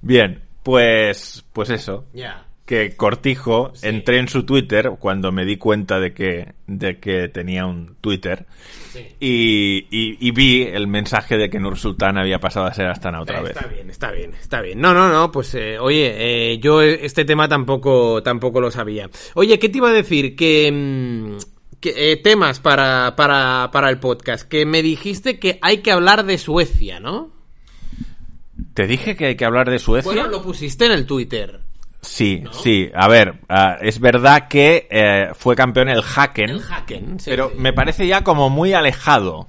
A: Bien, pues, pues eso.
B: Ya.
A: Que Cortijo, entré en su Twitter cuando me di cuenta de que, de que tenía un Twitter.
B: Sí.
A: Y, y- y vi el mensaje de que Nur Sultan había pasado a ser Astana otra vez.
B: Eh, Está bien, está bien, está bien. No, no, no, pues eh, oye, eh, yo eh, este tema tampoco, tampoco lo sabía. Oye, ¿qué te iba a decir? Que, mm, que, eh, temas para, para, para el podcast. Que me dijiste que hay que hablar de Suecia, ¿no?
A: ¿Te dije que hay que hablar de Suecia?
B: Bueno, lo pusiste en el Twitter.
A: Sí, sí. A ver, ah, es verdad que eh, fue campeón el Haken,
B: El Haken, sí,
A: pero
B: sí.
A: me parece ya como muy alejado.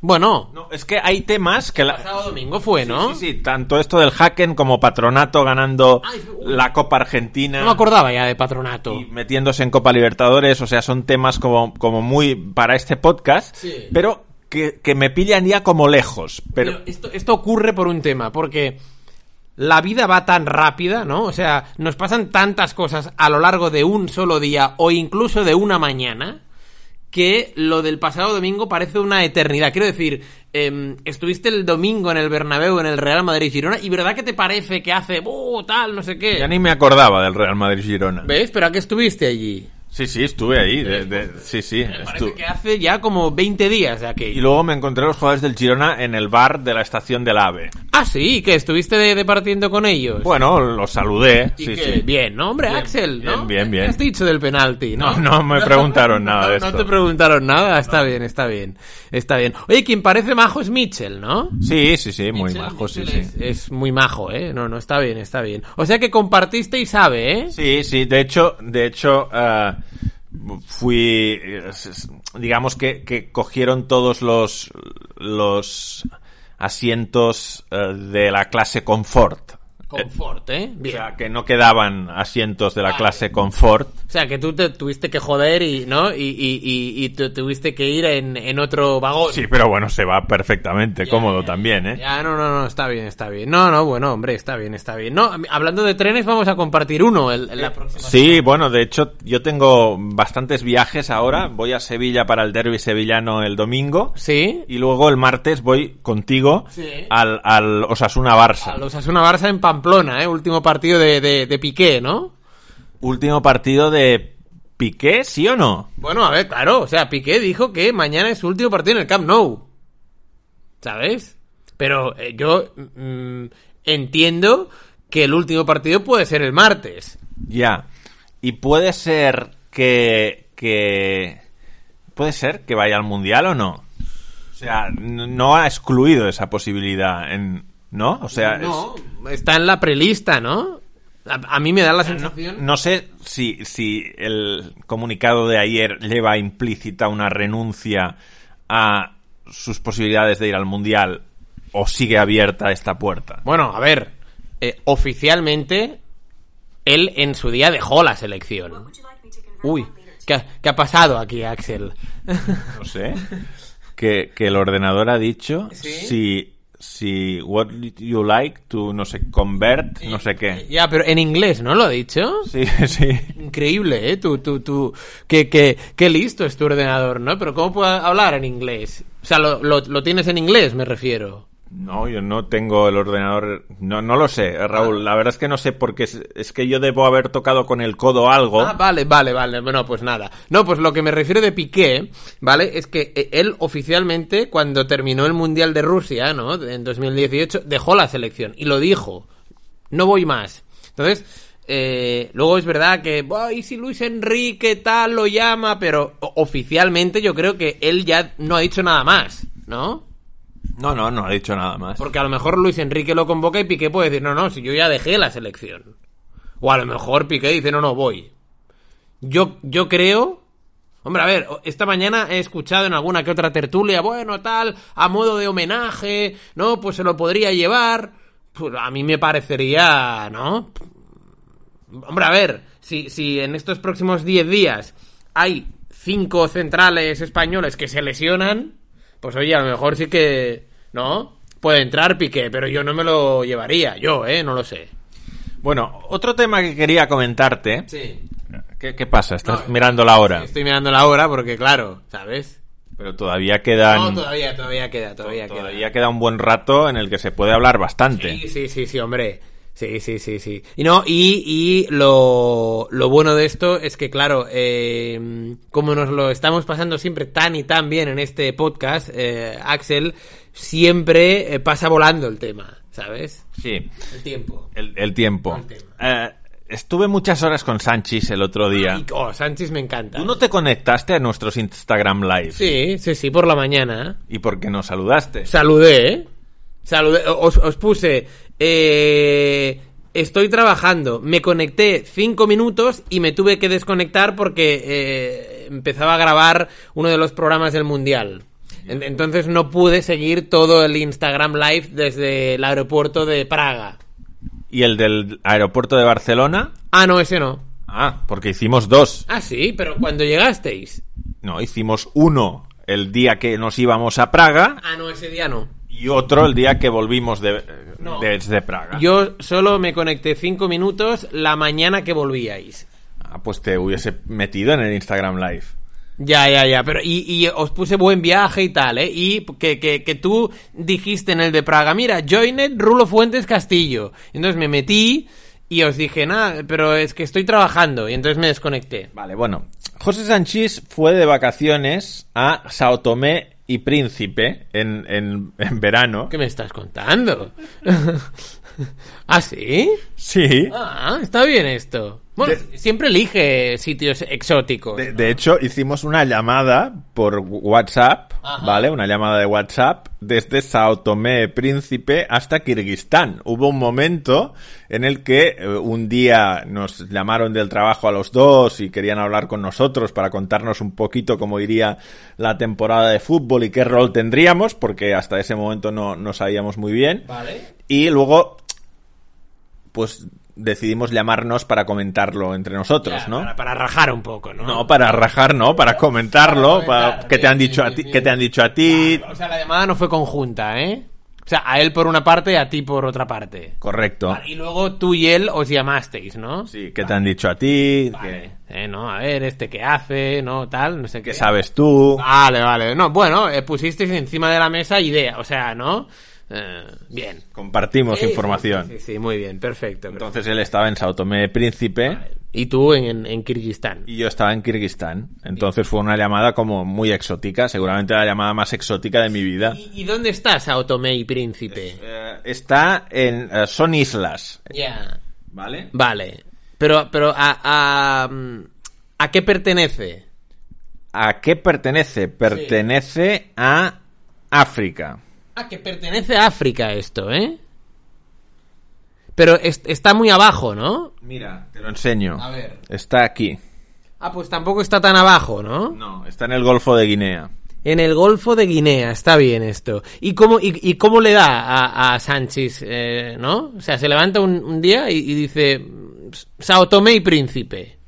B: Bueno,
A: No, es que hay temas que... La...
B: pasado domingo fue, ¿no?
A: Sí, sí, tanto esto del Haken como Patronato ganando
B: Ay, fue-
A: la Copa Argentina.
B: No me acordaba ya de Patronato.
A: y metiéndose en Copa Libertadores, o sea, son temas como, como muy para este podcast,
B: Sí.
A: pero que, que me pillan ya como lejos. Pero,
B: Pero esto, esto ocurre por un tema, porque la vida va tan rápida, ¿no? O sea, nos pasan tantas cosas a lo largo de un solo día o incluso de una mañana que lo del pasado domingo parece una eternidad. Quiero decir, em, estuviste el domingo en el Bernabéu, en el Real Madrid Girona, y ¿verdad que te parece que hace, "Uh, tal, no sé qué?
A: ya ni me acordaba del Real Madrid-Girona.
B: ¿Ves? ¿Pero a qué estuviste allí?
A: Sí, sí, estuve ahí. de- de- sí, sí.
B: Parece
A: estu-
B: que hace ya como 20 días de
A: Y
B: aquello.
A: luego me encontré a los jugadores del Girona en el bar de la estación del AVE.
B: Ah, sí, que estuviste de- departiendo con ellos.
A: Bueno, los saludé.
B: Y
A: Sí,
B: que-
A: sí.
B: Bien, ¿no, hombre,
A: Bien,
B: Axel? ¿no?
A: bien, bien, bien.
B: ¿Qué has dicho del penalti?
A: No, no me
B: *laughs*
A: preguntaron nada
B: No,
A: de
B: No
A: esto.
B: te preguntaron nada, está bien, está bien, está bien. Oye, quien parece majo es Mitchell, ¿no?
A: Sí, sí, sí, muy
B: Mitchell-
A: majo, sí,
B: Mitchell
A: sí.
B: Es, es muy majo, ¿eh? No, no, está bien, está bien. O sea que compartiste y sabe, ¿eh?
A: Sí, sí, de hecho, de hecho, eh, fui, eh, s- s- digamos que, que cogieron todos los, los asientos eh, de la clase confort.
B: Confort, ¿eh?
A: O
B: Bien.
A: sea, que no quedaban asientos de la
B: Vale.
A: clase confort.
B: O sea, que tú te tuviste que joder y, ¿no? Y, y, y, y te tuviste que ir en, en otro vagón.
A: Sí, pero bueno, se va perfectamente,
B: Ya,
A: cómodo
B: ya,
A: también, ¿eh?
B: Ya, no, no, no, está bien, está bien. No, no, bueno, hombre, está bien, está bien. No, hablando de trenes, vamos a compartir uno el, el- la próxima
A: Sí, bueno, de hecho yo tengo bastantes viajes ahora. Voy a Sevilla para el derby sevillano el domingo
B: Sí,
A: y luego el martes voy contigo
B: Sí.
A: al, al Osasuna Barça.
B: los Asuna Barça en Pamplona, ¿eh? Último partido de, de, de Piqué, ¿no?
A: Último partido de Piqué, ¿sí o no?
B: Bueno, a ver, claro, o sea, Piqué dijo que mañana es su último partido en el Camp Nou. ¿Sabes? Pero eh, yo mm, entiendo que el último partido puede ser el martes.
A: Ya. Y puede ser que, que puede ser que vaya al mundial o no. O sea, n- no ha excluido esa posibilidad, en, ¿no? O sea, es-
B: Está en la prelista, ¿no? A, a mí me da la sensación.
A: No sé si, si el comunicado de ayer lleva implícita una renuncia a sus posibilidades de ir al Mundial o sigue abierta esta puerta.
B: Bueno, a ver, eh, oficialmente él en su día dejó la selección. Uy, ¿qué, ha- qué ha pasado aquí, Axel?
A: No
B: *laughs*
A: sé. Que, que el ordenador ha dicho
B: ¿Sí?
A: si, si what you like to, no sé, convert, no sé qué.
B: ya, pero en inglés, ¿no lo ha dicho?
A: Sí, *laughs* sí.
B: Increíble, ¿eh? Tú, tú, tú. Qué, qué, qué listo es tu ordenador, ¿no? Pero ¿cómo puedo hablar en inglés? O sea, lo, lo- lo tienes en inglés, me refiero.
A: No, yo no tengo el ordenador. No, no lo sé,
B: Ah.
A: Raúl. La verdad es que no sé porque es, es que yo debo haber tocado con el codo algo.
B: Ah, vale, vale, vale. Bueno, pues nada. No, pues lo que me refiero de Piqué, ¿vale? Es que eh, él oficialmente, cuando terminó el Mundial de Rusia, ¿no? En 2018, dejó la selección y lo dijo. No voy más. Entonces, eh, luego es verdad que, "Buah, ¿y si Luis Enrique tal lo llama? Pero o- oficialmente yo creo que él ya no ha dicho nada más, ¿no?
A: No, no, no ha dicho nada más.
B: Porque a lo mejor Luis Enrique lo convoca y Piqué puede decir, no, no, si yo ya dejé la selección. O a lo mejor Piqué dice, no, no, voy. Yo, yo creo... Hombre, a ver, esta mañana he escuchado en alguna que otra tertulia, bueno, tal, a modo de homenaje, ¿no? Pues se lo podría llevar. Pues a mí me parecería, ¿no? Hombre, a ver, si, si en estos próximos 10 días hay cinco centrales españoles que se lesionan, pues oye, a lo mejor sí que, ¿no? Puede entrar Piqué, pero yo no me lo llevaría, yo, ¿eh? No lo sé.
A: Bueno, otro tema que quería comentarte.
B: Sí.
A: ¿Qué, qué pasa? Estás
B: No, este-
A: mirando la hora.
B: Estoy mirando la hora porque, claro, ¿sabes?
A: Pero todavía quedan.
B: No, todavía, todavía queda, todavía,
A: todavía
B: queda.
A: queda un buen rato en el que se puede hablar bastante.
B: Sí, sí, sí, sí, hombre. Sí, sí, sí, sí. Y no, y, y lo, lo bueno de esto es que, claro, eh, como nos lo estamos pasando siempre tan y tan bien en este podcast, eh, Axel, siempre eh, pasa volando el tema, ¿sabes?
A: Sí,
B: El tiempo.
A: el, el tiempo.
B: El tiempo.
A: Eh, estuve muchas horas con Sanchis el otro día.
B: Y, oh, Sánchez me encanta.
A: Tú no te conectaste a nuestros Instagram Live.
B: Sí, sí, sí, por la mañana.
A: ¿Y por qué no saludaste?
B: Saludé, ¿eh? Saludé. Os, os puse. eh, estoy trabajando. Me conecté cinco minutos y me tuve que desconectar porque eh, empezaba a grabar uno de los programas del Mundial. En- Entonces no pude seguir todo el Instagram Live desde el aeropuerto de Praga.
A: ¿Y el del aeropuerto de Barcelona?
B: Ah, no, ese no.
A: Ah, porque hicimos dos.
B: Ah, sí, pero cuando llegasteis.
A: No, hicimos uno el día que nos íbamos a Praga
B: Ah, no, ese día no.
A: y otro el día que volvimos de,
B: No.
A: desde Praga.
B: Yo solo me conecté cinco minutos la mañana que volvíais.
A: Ah, pues te hubiese metido en el Instagram Live.
B: Ya, ya, ya, pero y, y os puse buen viaje y tal, ¿eh? Y que, que, que tú dijiste en el de Praga, mira, Joinet Rulo Fuentes Castillo. Entonces me metí y os dije, nada, pero es que estoy trabajando y entonces me desconecté.
A: Vale, bueno. José Sanchís fue de vacaciones a Sao Tomé y Príncipe en, en- en verano.
B: ¿Qué me estás contando? *laughs* ¿Ah, sí?
A: Sí.
B: Ah, está bien esto. Bueno,
A: De-
B: siempre elige sitios exóticos.
A: De, de hecho, hicimos una llamada por WhatsApp,
B: Ajá.
A: ¿vale? Una llamada de WhatsApp desde Sao Tomé Príncipe hasta Kirguistán. Hubo un momento en el que eh, un día nos llamaron del trabajo a los dos y querían hablar con nosotros para contarnos un poquito cómo iría la temporada de fútbol y qué rol tendríamos, porque hasta ese momento no, no sabíamos muy bien.
B: Vale.
A: Y luego, pues decidimos llamarnos para comentarlo entre nosotros,
B: Ya,
A: ¿no?
B: Para, para rajar un poco, ¿no?
A: No, para rajar, no, para comentarlo,
B: Para
A: para
B: comentar,
A: qué te han
B: bien,
A: dicho a
B: bien,
A: ti,
B: bien.
A: qué te han dicho a ti.
B: O sea, la llamada no fue conjunta, ¿eh? O sea, a él por una parte y a ti por otra parte.
A: Correcto.
B: Vale, Y luego tú y él os llamasteis, ¿no?
A: Sí, qué te han dicho a ti, qué,
B: Eh, no, a ver, este qué hace, no, tal, no sé qué.
A: qué sabes tú.
B: Vale, vale. No, bueno, eh, pusisteis encima de la mesa idea, o sea, ¿no? Eh, bien.
A: Compartimos
B: Sí,
A: información.
B: Sí, sí, sí, muy bien, perfecto. perfecto.
A: Entonces él estaba en Sao Tomé de Príncipe
B: Y tú en, en, en Kirguistán.
A: y yo estaba en Kirguistán. Entonces fue una llamada como muy exótica, seguramente la llamada más exótica de mi vida.
B: ¿Y, y dónde estás, Automé y Príncipe?
A: Eh, está en eh, son islas,
B: Ya.
A: ¿vale?
B: Vale. Pero, pero a, a, mm, ¿a qué pertenece?
A: ¿A qué pertenece? Pertenece a África.
B: Ah, que pertenece a África esto, ¿eh? pero es- está muy abajo, ¿no?
A: Mira, te lo enseño.
B: A ver.
A: Está aquí.
B: Ah, pues tampoco está tan abajo, ¿no?
A: No, está en el Golfo de Guinea.
B: En el Golfo de Guinea, está bien esto. ¿Y cómo, y, y cómo le da a, a Sánchez, eh, no? O sea, se levanta un, un día y, y dice, Sao Tomé y Príncipe.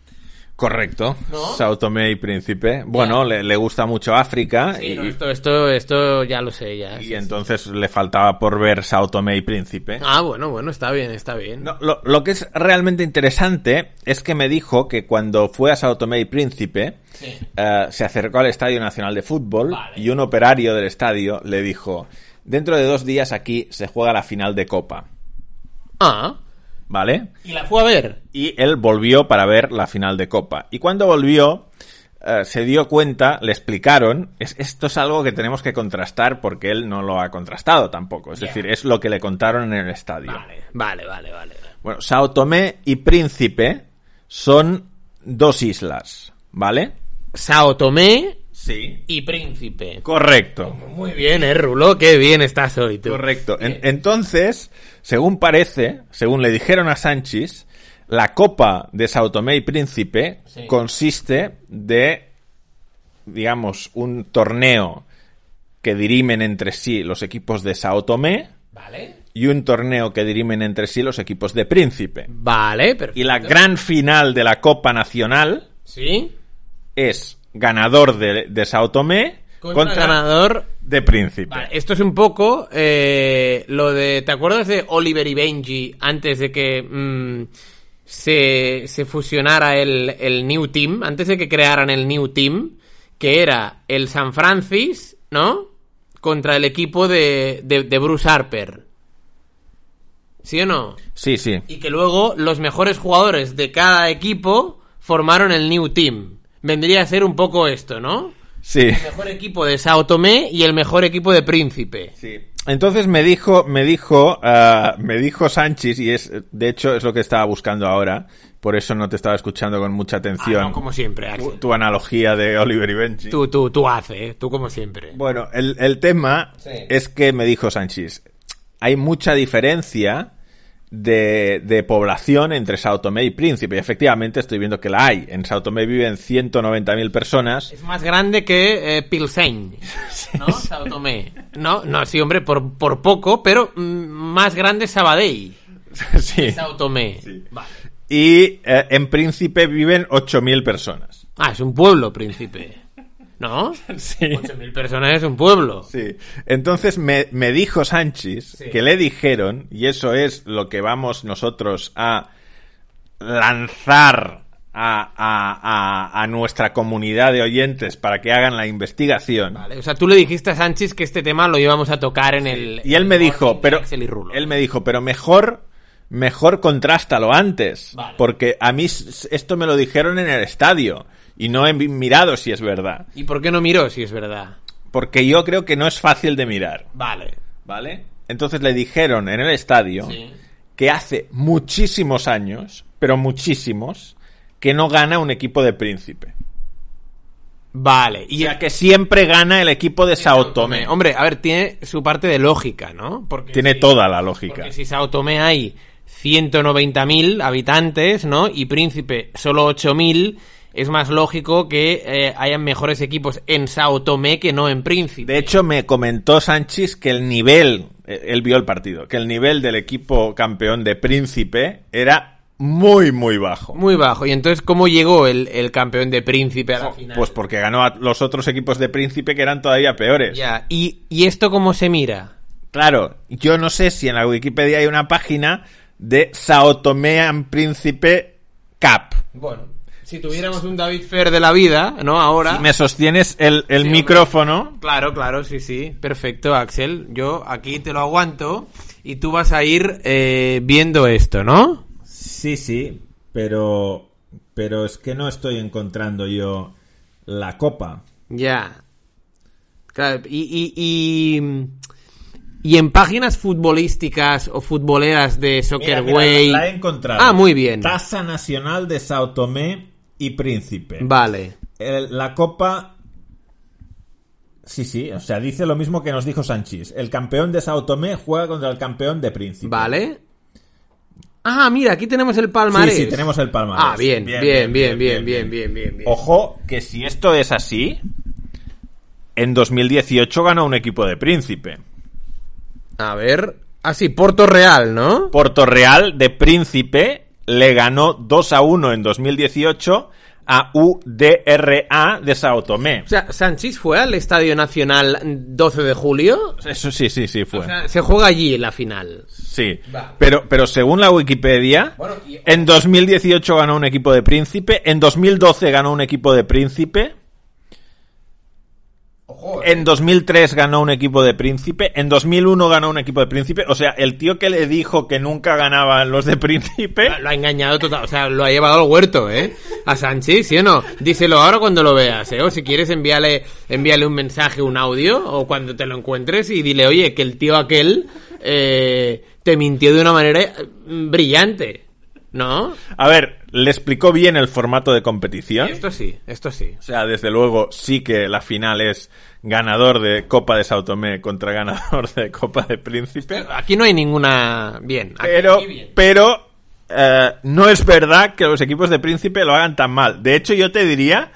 A: Correcto.
B: ¿No?
A: Sao Tomé y Príncipe. Bueno, le, le gusta mucho África
B: Sí,
A: y,
B: no, esto, esto, esto ya lo sé, ya.
A: y
B: sí, sí.
A: entonces le faltaba por ver Sao Tomé y Príncipe.
B: Ah, bueno, bueno, está bien, está bien.
A: No, lo, lo que es realmente interesante es que me dijo que cuando fue a Sao Tomé y Príncipe
B: Sí.
A: eh, se acercó al Estadio Nacional de Fútbol
B: Vale.
A: y un operario del estadio le dijo, dentro de dos días aquí se juega la final de Copa,
B: Ah,
A: ¿vale?
B: y la fue a ver.
A: y él volvió para ver la final de Copa. Y cuando volvió, eh, se dio cuenta, le explicaron, es- esto es algo que tenemos que contrastar porque él no lo ha contrastado tampoco, es
B: Ya.
A: decir, es lo que le contaron en el estadio.
B: Vale, vale, vale, vale.
A: Bueno, Sao Tomé y Príncipe son dos islas, ¿vale?
B: Sao Tomé
A: Sí.
B: y Príncipe.
A: Correcto.
B: Muy bien, eh, Rulo, qué bien estás hoy tú.
A: Correcto. En-
B: Eh.
A: entonces, según parece, según le dijeron a Sánchez, la copa de Sao Tomé y Príncipe
B: Sí.
A: consiste de, digamos, un torneo que dirimen entre sí los equipos de Sao Tomé
B: Vale.
A: y un torneo que dirimen entre sí los equipos de Príncipe.
B: Vale, perfecto.
A: Y la gran final de la Copa Nacional
B: Sí.
A: es ganador de, de Sao Tomé
B: Contra,
A: contra,
B: ganador.
A: de Príncipe.
B: Vale, esto es un poco eh, lo de. ¿Te acuerdas de Oliver y Benji antes de que mm, se, se fusionara el, el New Team? Antes de que crearan el New Team, que era el San Francis, ¿no? Contra el equipo de, de, de Bruce Harper. ¿Sí o no?
A: Sí, sí.
B: Y que luego los mejores jugadores de cada equipo formaron el New Team. Vendría a ser un poco esto, ¿no?
A: Sí.
B: El mejor equipo de Sao Tomé y el mejor equipo de Príncipe.
A: Entonces me dijo, me dijo, ah, me dijo Sánchez, y es, de hecho, es lo que estaba buscando ahora, por eso no te estaba escuchando con mucha
B: Ah,
A: atención
B: no, como siempre, Axel.
A: tu analogía de Oliver y Benji.
B: Tú, tú, tú haces, eh, tú como siempre.
A: Bueno, el, el tema
B: Sí.
A: es que me dijo Sánchez, hay mucha diferencia de, de población entre Sao Tomé y Príncipe, y efectivamente estoy viendo que la hay. En Sao Tomé viven 190.000 personas. *laughs*
B: Es más grande que eh, Pilsen, ¿no? Sao Tomé. No, no, sí, hombre, por, por poco, pero mm, más grande Sabadell.
A: Sí.
B: Sao Tomé.
A: Sí.
B: Vale.
A: Y eh, en Príncipe viven 8.000 personas.
B: Ah, es un pueblo, Príncipe. ¿No?
A: Sí.
B: 8.000 personas es un pueblo.
A: Sí. Entonces me, me dijo Sánchez
B: Sí.
A: que le dijeron, y eso es lo que vamos nosotros a lanzar a, a- a- a nuestra comunidad de oyentes para que hagan la investigación.
B: Vale, o sea, tú le dijiste a Sánchez que este tema lo íbamos a tocar en el.
A: Y él
B: en
A: me
B: el morning
A: dijo,
B: de
A: pero
B: Axel y Rulo.
A: él me dijo, pero mejor mejor contrástalo antes,
B: Vale.
A: porque a mí s- esto me lo dijeron en el estadio y no he mirado si es verdad,
B: ¿Y por qué no miró si es verdad?
A: porque yo creo que no es fácil de mirar,
B: Vale.
A: ¿vale? Entonces le dijeron en el estadio
B: Sí.
A: que hace muchísimos años, pero muchísimos, que no gana un equipo de príncipe.
B: Vale. Y
A: Y a que siempre gana el equipo de Sao Tomé.
B: Hombre, a ver, tiene su parte de lógica, ¿no? Porque
A: Tiene
B: si-
A: toda la lógica.
B: Porque si Sao Tomé hay 190.000 habitantes, ¿no? Y Príncipe solo 8.000, es más lógico que eh, hayan mejores equipos en Sao Tomé que no en Príncipe.
A: De hecho, me comentó Sánchez que el nivel, eh, él vio el partido, que el nivel del equipo campeón de príncipe era muy, muy bajo.
B: Muy bajo. ¿Y entonces cómo llegó el, el campeón de Príncipe a la final?
A: Pues porque ganó a los otros equipos de príncipe que eran todavía peores.
B: Ya, ¿Y, ¿y esto cómo se mira?
A: Claro, yo no sé si en la Wikipedia hay una página de Sao Tomé and Príncipe Cup.
B: Bueno, si tuviéramos un David Fer de la vida, ¿no? Ahora...
A: Si me sostienes el, el
B: Sí, hombre.
A: micrófono.
B: Claro, claro, sí, sí. Perfecto, Axel. Yo aquí te lo aguanto y tú vas a ir eh, viendo esto, ¿no?
A: Sí, sí, pero, pero es que no estoy encontrando yo la copa.
B: Ya. Claro, y, y, y, y en páginas futbolísticas o futboleras de
A: Mira,
B: Soccer
A: mira,
B: Way-
A: la, la he encontrado.
B: Ah, muy bien.
A: Tasa Nacional de Sao Tomé y Príncipe.
B: Vale.
A: El- la copa... Sí, sí, o sea, dice lo mismo que nos dijo Sánchez. El campeón de Sao Tomé juega contra el campeón de Príncipe.
B: Vale. Ah, mira, aquí tenemos el palmarés.
A: Sí, sí, tenemos el palmarés.
B: Ah, bien, bien, bien, bien, bien, bien, bien, bien.
A: Ojo, que si esto es así, en 2018 ganó un equipo de príncipe.
B: A ver. Ah, sí, Porto Real, ¿no?
A: Porto Real de príncipe le ganó 2 a 1 en 2018 a UDRA de Sao Tomé.
B: O sea, ¿Sanchis fue al Estadio Nacional 12 de julio?
A: Eso sí, sí, sí fue.
B: O sea, se juega allí la final.
A: Sí,
B: Vale.
A: pero, pero según la Wikipedia,
B: Bueno, y-
A: en 2018 ganó un equipo de príncipe, en 2012 ganó un equipo de príncipe,
B: Eh,
A: en 2003 ganó un equipo de príncipe, en 2001 ganó un equipo de príncipe, o sea, el tío que le dijo que nunca ganaban los de príncipe,
B: Lo ha engañado total, o sea, lo ha llevado al huerto, ¿eh? A Sanchis, ¿sí o no? Díselo ahora cuando lo veas, ¿eh? O si quieres, envíale, envíale un mensaje, un audio, o cuando te lo encuentres y dile, oye, que el tío aquel eh, te mintió de una manera eh, brillante, ¿no?
A: a ver, le explicó bien el formato de competición.
B: Esto sí, esto sí.
A: O sea, desde luego sí que la final es ganador de Copa de Sao Tomé contra ganador de Copa de Príncipe.
B: Aquí no hay ninguna... Bien, aquí-
A: Pero,
B: aquí bien.
A: pero eh, no es verdad que los equipos de Príncipe lo hagan tan mal. De hecho, yo te diría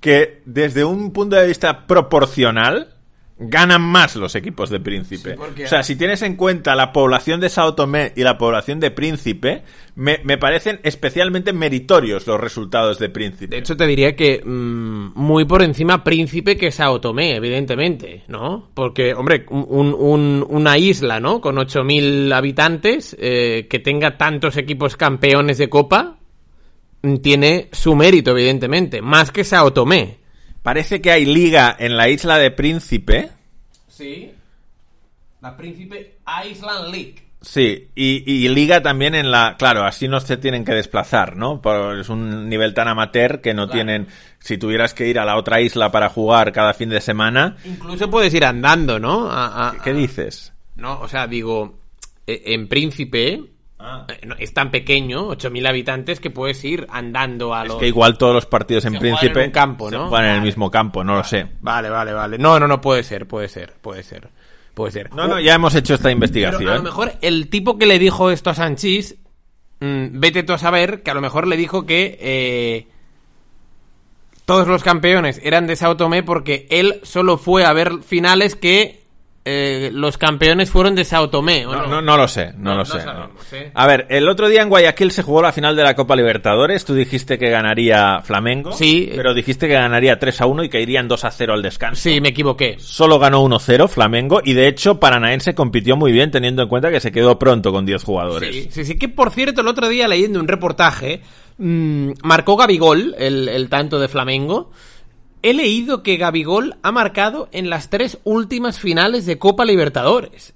A: que desde un punto de vista proporcional ganan más los equipos de Príncipe.
B: Sí, porque-
A: O sea, si tienes en cuenta la población de Sao Tomé y la población de Príncipe, me, me parecen especialmente meritorios los resultados de Príncipe.
B: De hecho, te diría que mm, muy por encima Príncipe que Sao Tomé, evidentemente, ¿no? Porque, hombre, un- un- una isla, ¿no? Con 8.000 habitantes, eh, que tenga tantos equipos campeones de Copa, mm, tiene su mérito, evidentemente, más que Sao Tomé.
A: Parece que hay liga en la isla de Príncipe.
B: Sí. La Príncipe Island League.
A: Sí, y, y liga también en la... Claro, así no se tienen que desplazar, ¿no? Por- es un nivel tan amateur que no tienen... Si tuvieras que ir a la otra isla para jugar cada fin de semana...
B: Incluso puedes ir andando, ¿no? A- a-
A: ¿Qué dices?
B: No, o sea, digo, eh, en Príncipe... eh, no, Es tan pequeño, 8.000 habitantes, que puedes ir andando a
A: Es
B: los...
A: que igual todos los partidos en
B: Se juegan
A: príncipe...
B: en un campo,
A: se
B: ¿no?
A: juegan en el mismo campo, no lo sé.
B: Vale, vale, vale. No, no, no, puede ser, puede ser, puede ser, puede ser. ¿eh?
A: No, no, ya hemos hecho esta
B: Pero a lo
A: investigación.
B: mejor el tipo que le dijo esto a Sanchís, mm, vete tú a saber, que a lo mejor le dijo que eh, todos los campeones eran de Sao Tomé porque él solo fue a ver finales que eh, los campeones fueron de Sao Tomé, ¿o
A: No,
B: no?
A: no, no lo sé, no,
B: No,
A: lo
B: no
A: sé.
B: sabemos, ¿eh?
A: A ver, el otro día en Guayaquil se jugó la final de la Copa Libertadores. Tú dijiste que ganaría Flamengo.
B: Sí.
A: Pero dijiste que ganaría 3 a 1 y que irían 2 a 0 al descanso.
B: Sí, me equivoqué.
A: Solo ganó 1-0 Flamengo y de hecho Paranaense compitió muy bien teniendo en cuenta que se quedó pronto con 10 jugadores.
B: Sí, sí, sí, que por cierto, el otro día leyendo un reportaje, mm, marcó Gabigol el, el tanto de Flamengo. He leído que Gabigol ha marcado en las tres últimas finales de Copa Libertadores.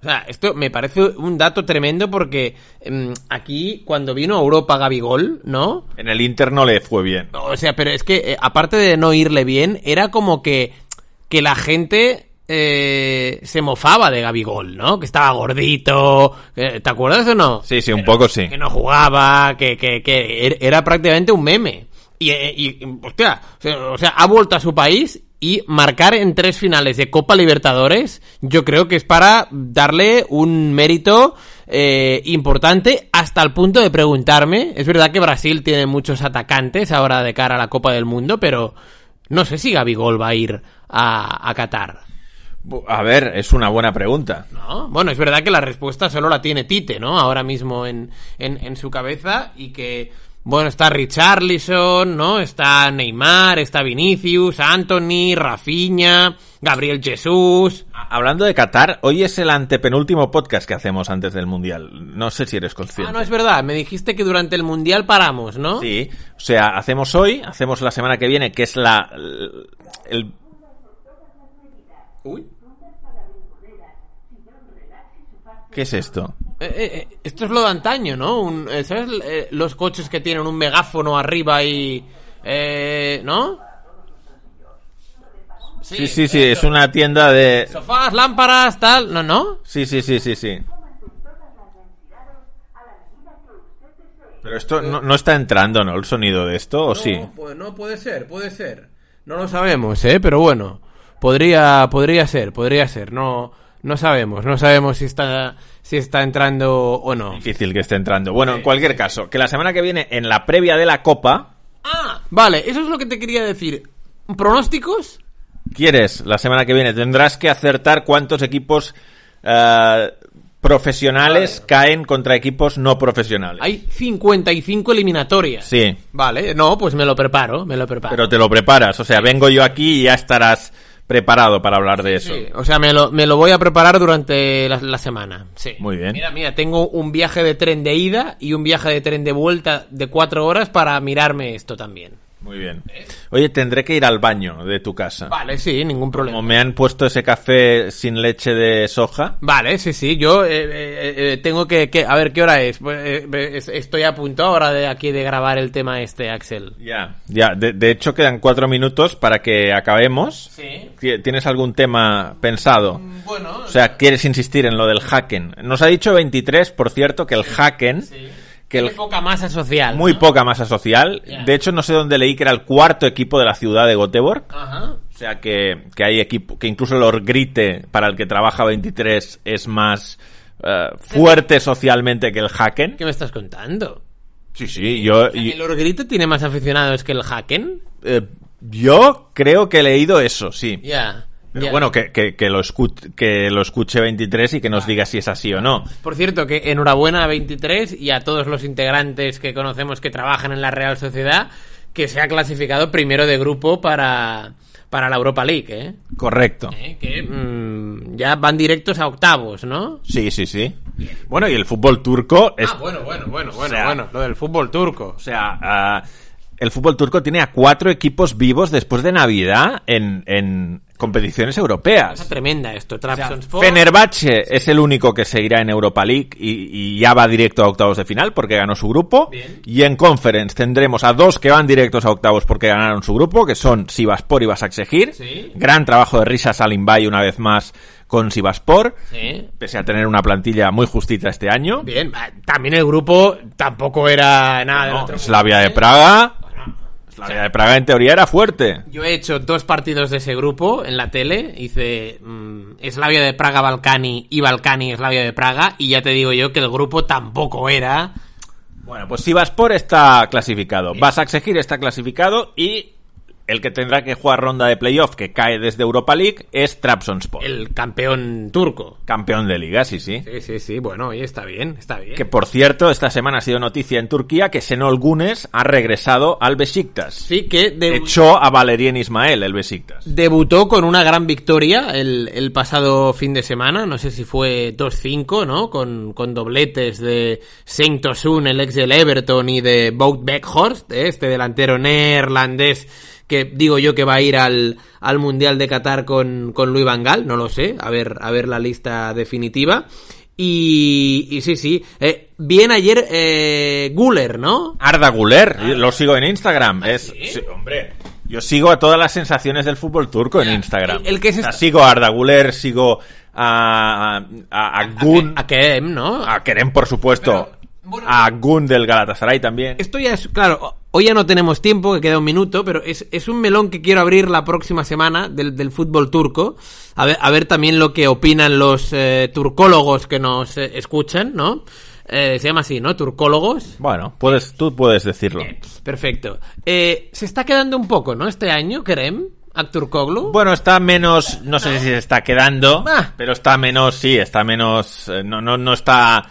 B: O sea, esto me parece un dato tremendo porque mm, aquí, cuando vino a Europa Gabigol, ¿no?
A: En el Inter no le fue bien.
B: O sea, pero es que eh, aparte de no irle bien, era como que, que la gente eh, se mofaba de Gabigol, ¿no? Que estaba gordito. eh, ¿Te acuerdas o no?
A: Sí, sí, un poco sí.
B: que no jugaba, que, que, que er- era prácticamente un meme. Y, eh, y, hostia, o sea, o sea, ha vuelto a su país y marcar en tres finales de Copa Libertadores, yo creo que es para darle un mérito eh, importante hasta el punto de preguntarme, es verdad que Brasil tiene muchos atacantes ahora de cara a la Copa del Mundo, pero no sé si Gabigol va a ir a, a Qatar.
A: Bu- A ver, es una buena pregunta.
B: ¿no? Bueno, es verdad que la respuesta solo la tiene Tite, ¿no? Ahora mismo en, en, en su cabeza y que, bueno, está Richarlison, ¿no? Está Neymar, está Vinicius, Anthony, Rafinha, Gabriel Jesús.
A: A- Hablando de Qatar, hoy es el antepenúltimo podcast que hacemos antes del Mundial. No sé si eres consciente.
B: Ah, no, es verdad, me dijiste que durante el Mundial paramos, ¿no?
A: Sí, o sea, hacemos hoy, hacemos la semana que viene, que es la... l- el-
B: Uy.
A: ¿Qué es esto?
B: Eh, eh, eh, esto es lo de antaño, ¿no? Un- eh, ¿Sabes? Eh, los coches que tienen un megáfono arriba y... eh, ¿No?
A: Sí, sí, sí, es una tienda de...
B: Eh, Sofás, lámparas, tal... No, no.
A: Sí, sí, sí, sí, sí. Pero esto no, no está entrando, ¿no? El sonido de esto, ¿o sí?
B: No, pu- no, puede ser, puede ser. No lo sabemos, ¿eh? Pero bueno, podría, podría ser, podría ser. No, No sabemos, no sabemos si está, si está entrando o no.
A: Difícil que esté entrando. Bueno, en cualquier caso, que la semana que viene, en la previa de la Copa,
B: Ah, vale, eso es lo que te quería decir. ¿Pronósticos?
A: quieres la semana que viene, tendrás que acertar cuántos equipos eh, profesionales caen contra equipos no profesionales.
B: Hay 55 eliminatorias.
A: Sí,
B: Vale, no, pues me lo preparo, me lo preparo.
A: pero te lo preparas. O sea, vengo yo aquí y ya estarás preparado para hablar de eso.
B: Sí, o sea, me lo, me lo voy a preparar durante la, la semana. Sí.
A: Muy bien.
B: Mira, mira, tengo un viaje de tren de ida y un viaje de tren de vuelta de cuatro horas para mirarme esto también.
A: Muy bien. Oye, tendré que ir al baño de tu casa.
B: Vale, sí, ningún
A: Como
B: problema.
A: me han puesto ese café sin leche de soja,
B: Vale, sí, sí, yo eh, eh, eh, tengo que, que- A ver, ¿qué hora es? Pues, eh, eh, es- estoy a punto ahora de aquí de grabar el tema este, Axel.
A: ya, ya. De, de hecho, quedan cuatro minutos para que acabemos.
B: Sí.
A: Ti- ¿Tienes algún tema pensado?
B: Bueno,
A: O sea, quieres insistir en lo del hacken. Nos ha dicho 23, por cierto, que el hacken, que el-
B: poca masa social.
A: muy
B: ¿no?
A: poca masa social.
B: Ya.
A: De hecho, no sé dónde leí que era el cuarto equipo de la ciudad de Göteborg.
B: Ajá.
A: O sea, que, que hay equipo, que incluso el Orgrite, para el que trabaja 23, es más eh, fuerte socialmente que el hacken.
B: ¿Qué me estás contando?
A: Sí, sí, yo, y-
B: ¿El Orgrito tiene más aficionados que el Haken?
A: eh, yo creo que he leído eso, sí.
B: Ya.
A: Pero
B: ya.
A: bueno, que, que- que lo escu- que lo escuche 23 y que
B: Ah.
A: nos diga si es así o no.
B: Por cierto, que enhorabuena a 23 y a todos los integrantes que conocemos que trabajan en la Real Sociedad, que se ha clasificado primero de grupo para, para la Europa League, ¿eh?
A: Correcto.
B: ¿Eh? Que mm, ya van directos a octavos, ¿no?
A: Sí, sí, sí. Bueno, y el fútbol turco es.
B: Ah, bueno, bueno, bueno, bueno,
A: sea-
B: bueno, lo del fútbol turco.
A: O sea, ah, el fútbol turco tiene a cuatro equipos vivos después de Navidad en, en competiciones
B: Cosa
A: europeas.
B: tremenda esto,
A: O sea,
B: Trabzonspor.
A: Fenerbahce es el único que seguirá en Europa League y, y ya va directo a octavos de final porque ganó su grupo.
B: Bien.
A: Y en Conference tendremos a dos que van directos a octavos porque ganaron su grupo, que son Sivaspor y Basaksehir.
B: Sí.
A: Gran trabajo de Risa Salimbay una vez más con Sivaspor,
B: Sí.
A: pese a tener una plantilla muy justita este año.
B: Bien, va, también el grupo tampoco era nada
A: No,
B: del otro
A: Slavia
B: mundo,
A: de
B: ¿eh?
A: Praga. Slavia de Praga en teoría era fuerte.
B: Yo he hecho dos partidos de ese grupo en la tele. Hice mm, Eslavia de Praga, Balcani y Balcani, Eslavia de Praga. Y ya te digo yo que el grupo tampoco era.
A: Bueno, pues Sivaspor está clasificado, Basaksehir está clasificado y el que tendrá que jugar ronda de playoff que cae desde Europa League es Trabzonspor.
B: el campeón turco.
A: Campeón de liga, sí, sí.
B: Sí, sí, sí. Bueno, y está bien, está bien.
A: Que por cierto, esta semana ha sido noticia en Turquía que Senol Gunes ha regresado al Besiktas.
B: Sí, que debu-
A: Echó a Valerien Ismael el Besiktas.
B: debutó con una gran victoria el, el pasado fin de semana. No sé si fue 2-5, ¿no? Con, con dobletes de Saint Tosun, el ex del Everton, y de Bout Beckhorst, ¿eh? este delantero neerlandés que digo yo que va a ir al, al Mundial de Qatar con, con Luis Vangal, no lo sé, a ver, a ver la lista definitiva. Y, y sí, sí, eh, bien ayer eh, Guller, ¿no?
A: Arda
B: Ah,
A: Guler, lo sigo en Instagram. es, sí, hombre. Yo sigo a todas las sensaciones del fútbol turco en Instagram.
B: el- el que es
A: O sea,
B: esta-
A: sigo a Arda Guler, sigo a, a, a Gun,
B: A Kem, ¿no?
A: a Kerem, por supuesto,
B: bueno-
A: a Gun del Galatasaray también.
B: Esto ya es, claro, hoy ya no tenemos tiempo, que queda un minuto, pero es, es un melón que quiero abrir la próxima semana del, del fútbol turco. A ver, a ver también lo que opinan los eh, turcólogos que nos eh, escuchan, ¿no? Eh, se llama así, ¿no? Turcólogos.
A: Bueno, puedes, tú puedes decirlo.
B: Perfecto. Eh, se está quedando un poco, ¿no? Este año, Kerem, Akturkoglu.
A: Bueno, está menos, no sé si se está quedando,
B: Ah.
A: pero está menos, sí, está menos, eh, no, no, no está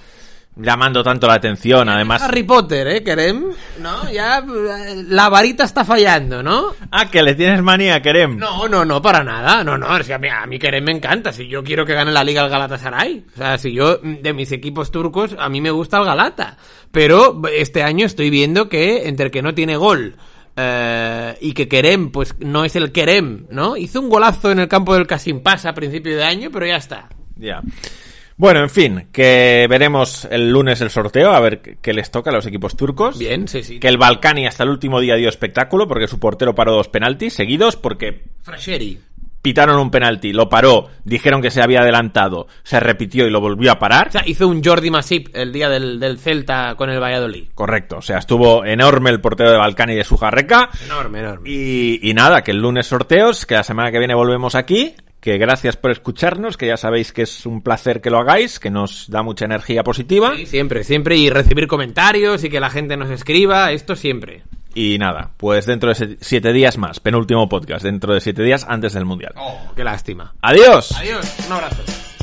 A: llamando tanto la atención, además.
B: Harry Potter, ¿eh, Kerem? ¿No? Ya eh, la varita está fallando, ¿no?
A: Ah, que le tienes manía, Kerem.
B: No, no, no, para nada. No, no, si a mí, a mí Kerem me encanta. Si yo quiero que gane la liga el Galatasaray. O sea, si yo, mm, de mis equipos turcos, a mí me gusta el Galata. Pero b- este año estoy viendo que entre que no tiene gol eh, y que Kerem, pues no es el Kerem, ¿no? Hizo un golazo en el campo del Casimpasa a principio de año, pero ya está.
A: Ya. Bueno, en fin, que veremos el lunes el sorteo, a ver qué- qué les toca a los equipos turcos.
B: Bien, sí, sí.
A: Que el Balcani hasta el último día dio espectáculo porque su portero paró dos penaltis seguidos porque
B: Frasheri.
A: pitaron un penalti, lo paró, dijeron que se había adelantado, se repitió y lo volvió a parar.
B: O sea, hizo un Jordi Masip el día del, del Celta con el Valladolid.
A: Correcto, o sea, estuvo enorme el portero de Balcani de su jarreca.
B: Enorme, enorme.
A: Y, y nada, que el lunes sorteos, que la semana que viene volvemos aquí, que gracias por escucharnos, que ya sabéis que es un placer que lo hagáis, que nos da mucha energía positiva.
B: Sí, siempre, siempre. Y recibir comentarios y que la gente nos escriba, esto siempre.
A: Y nada, pues dentro de siete días más, penúltimo podcast, dentro de siete días antes del Mundial.
B: Oh, qué lástima.
A: Adiós.
B: Adiós, un abrazo.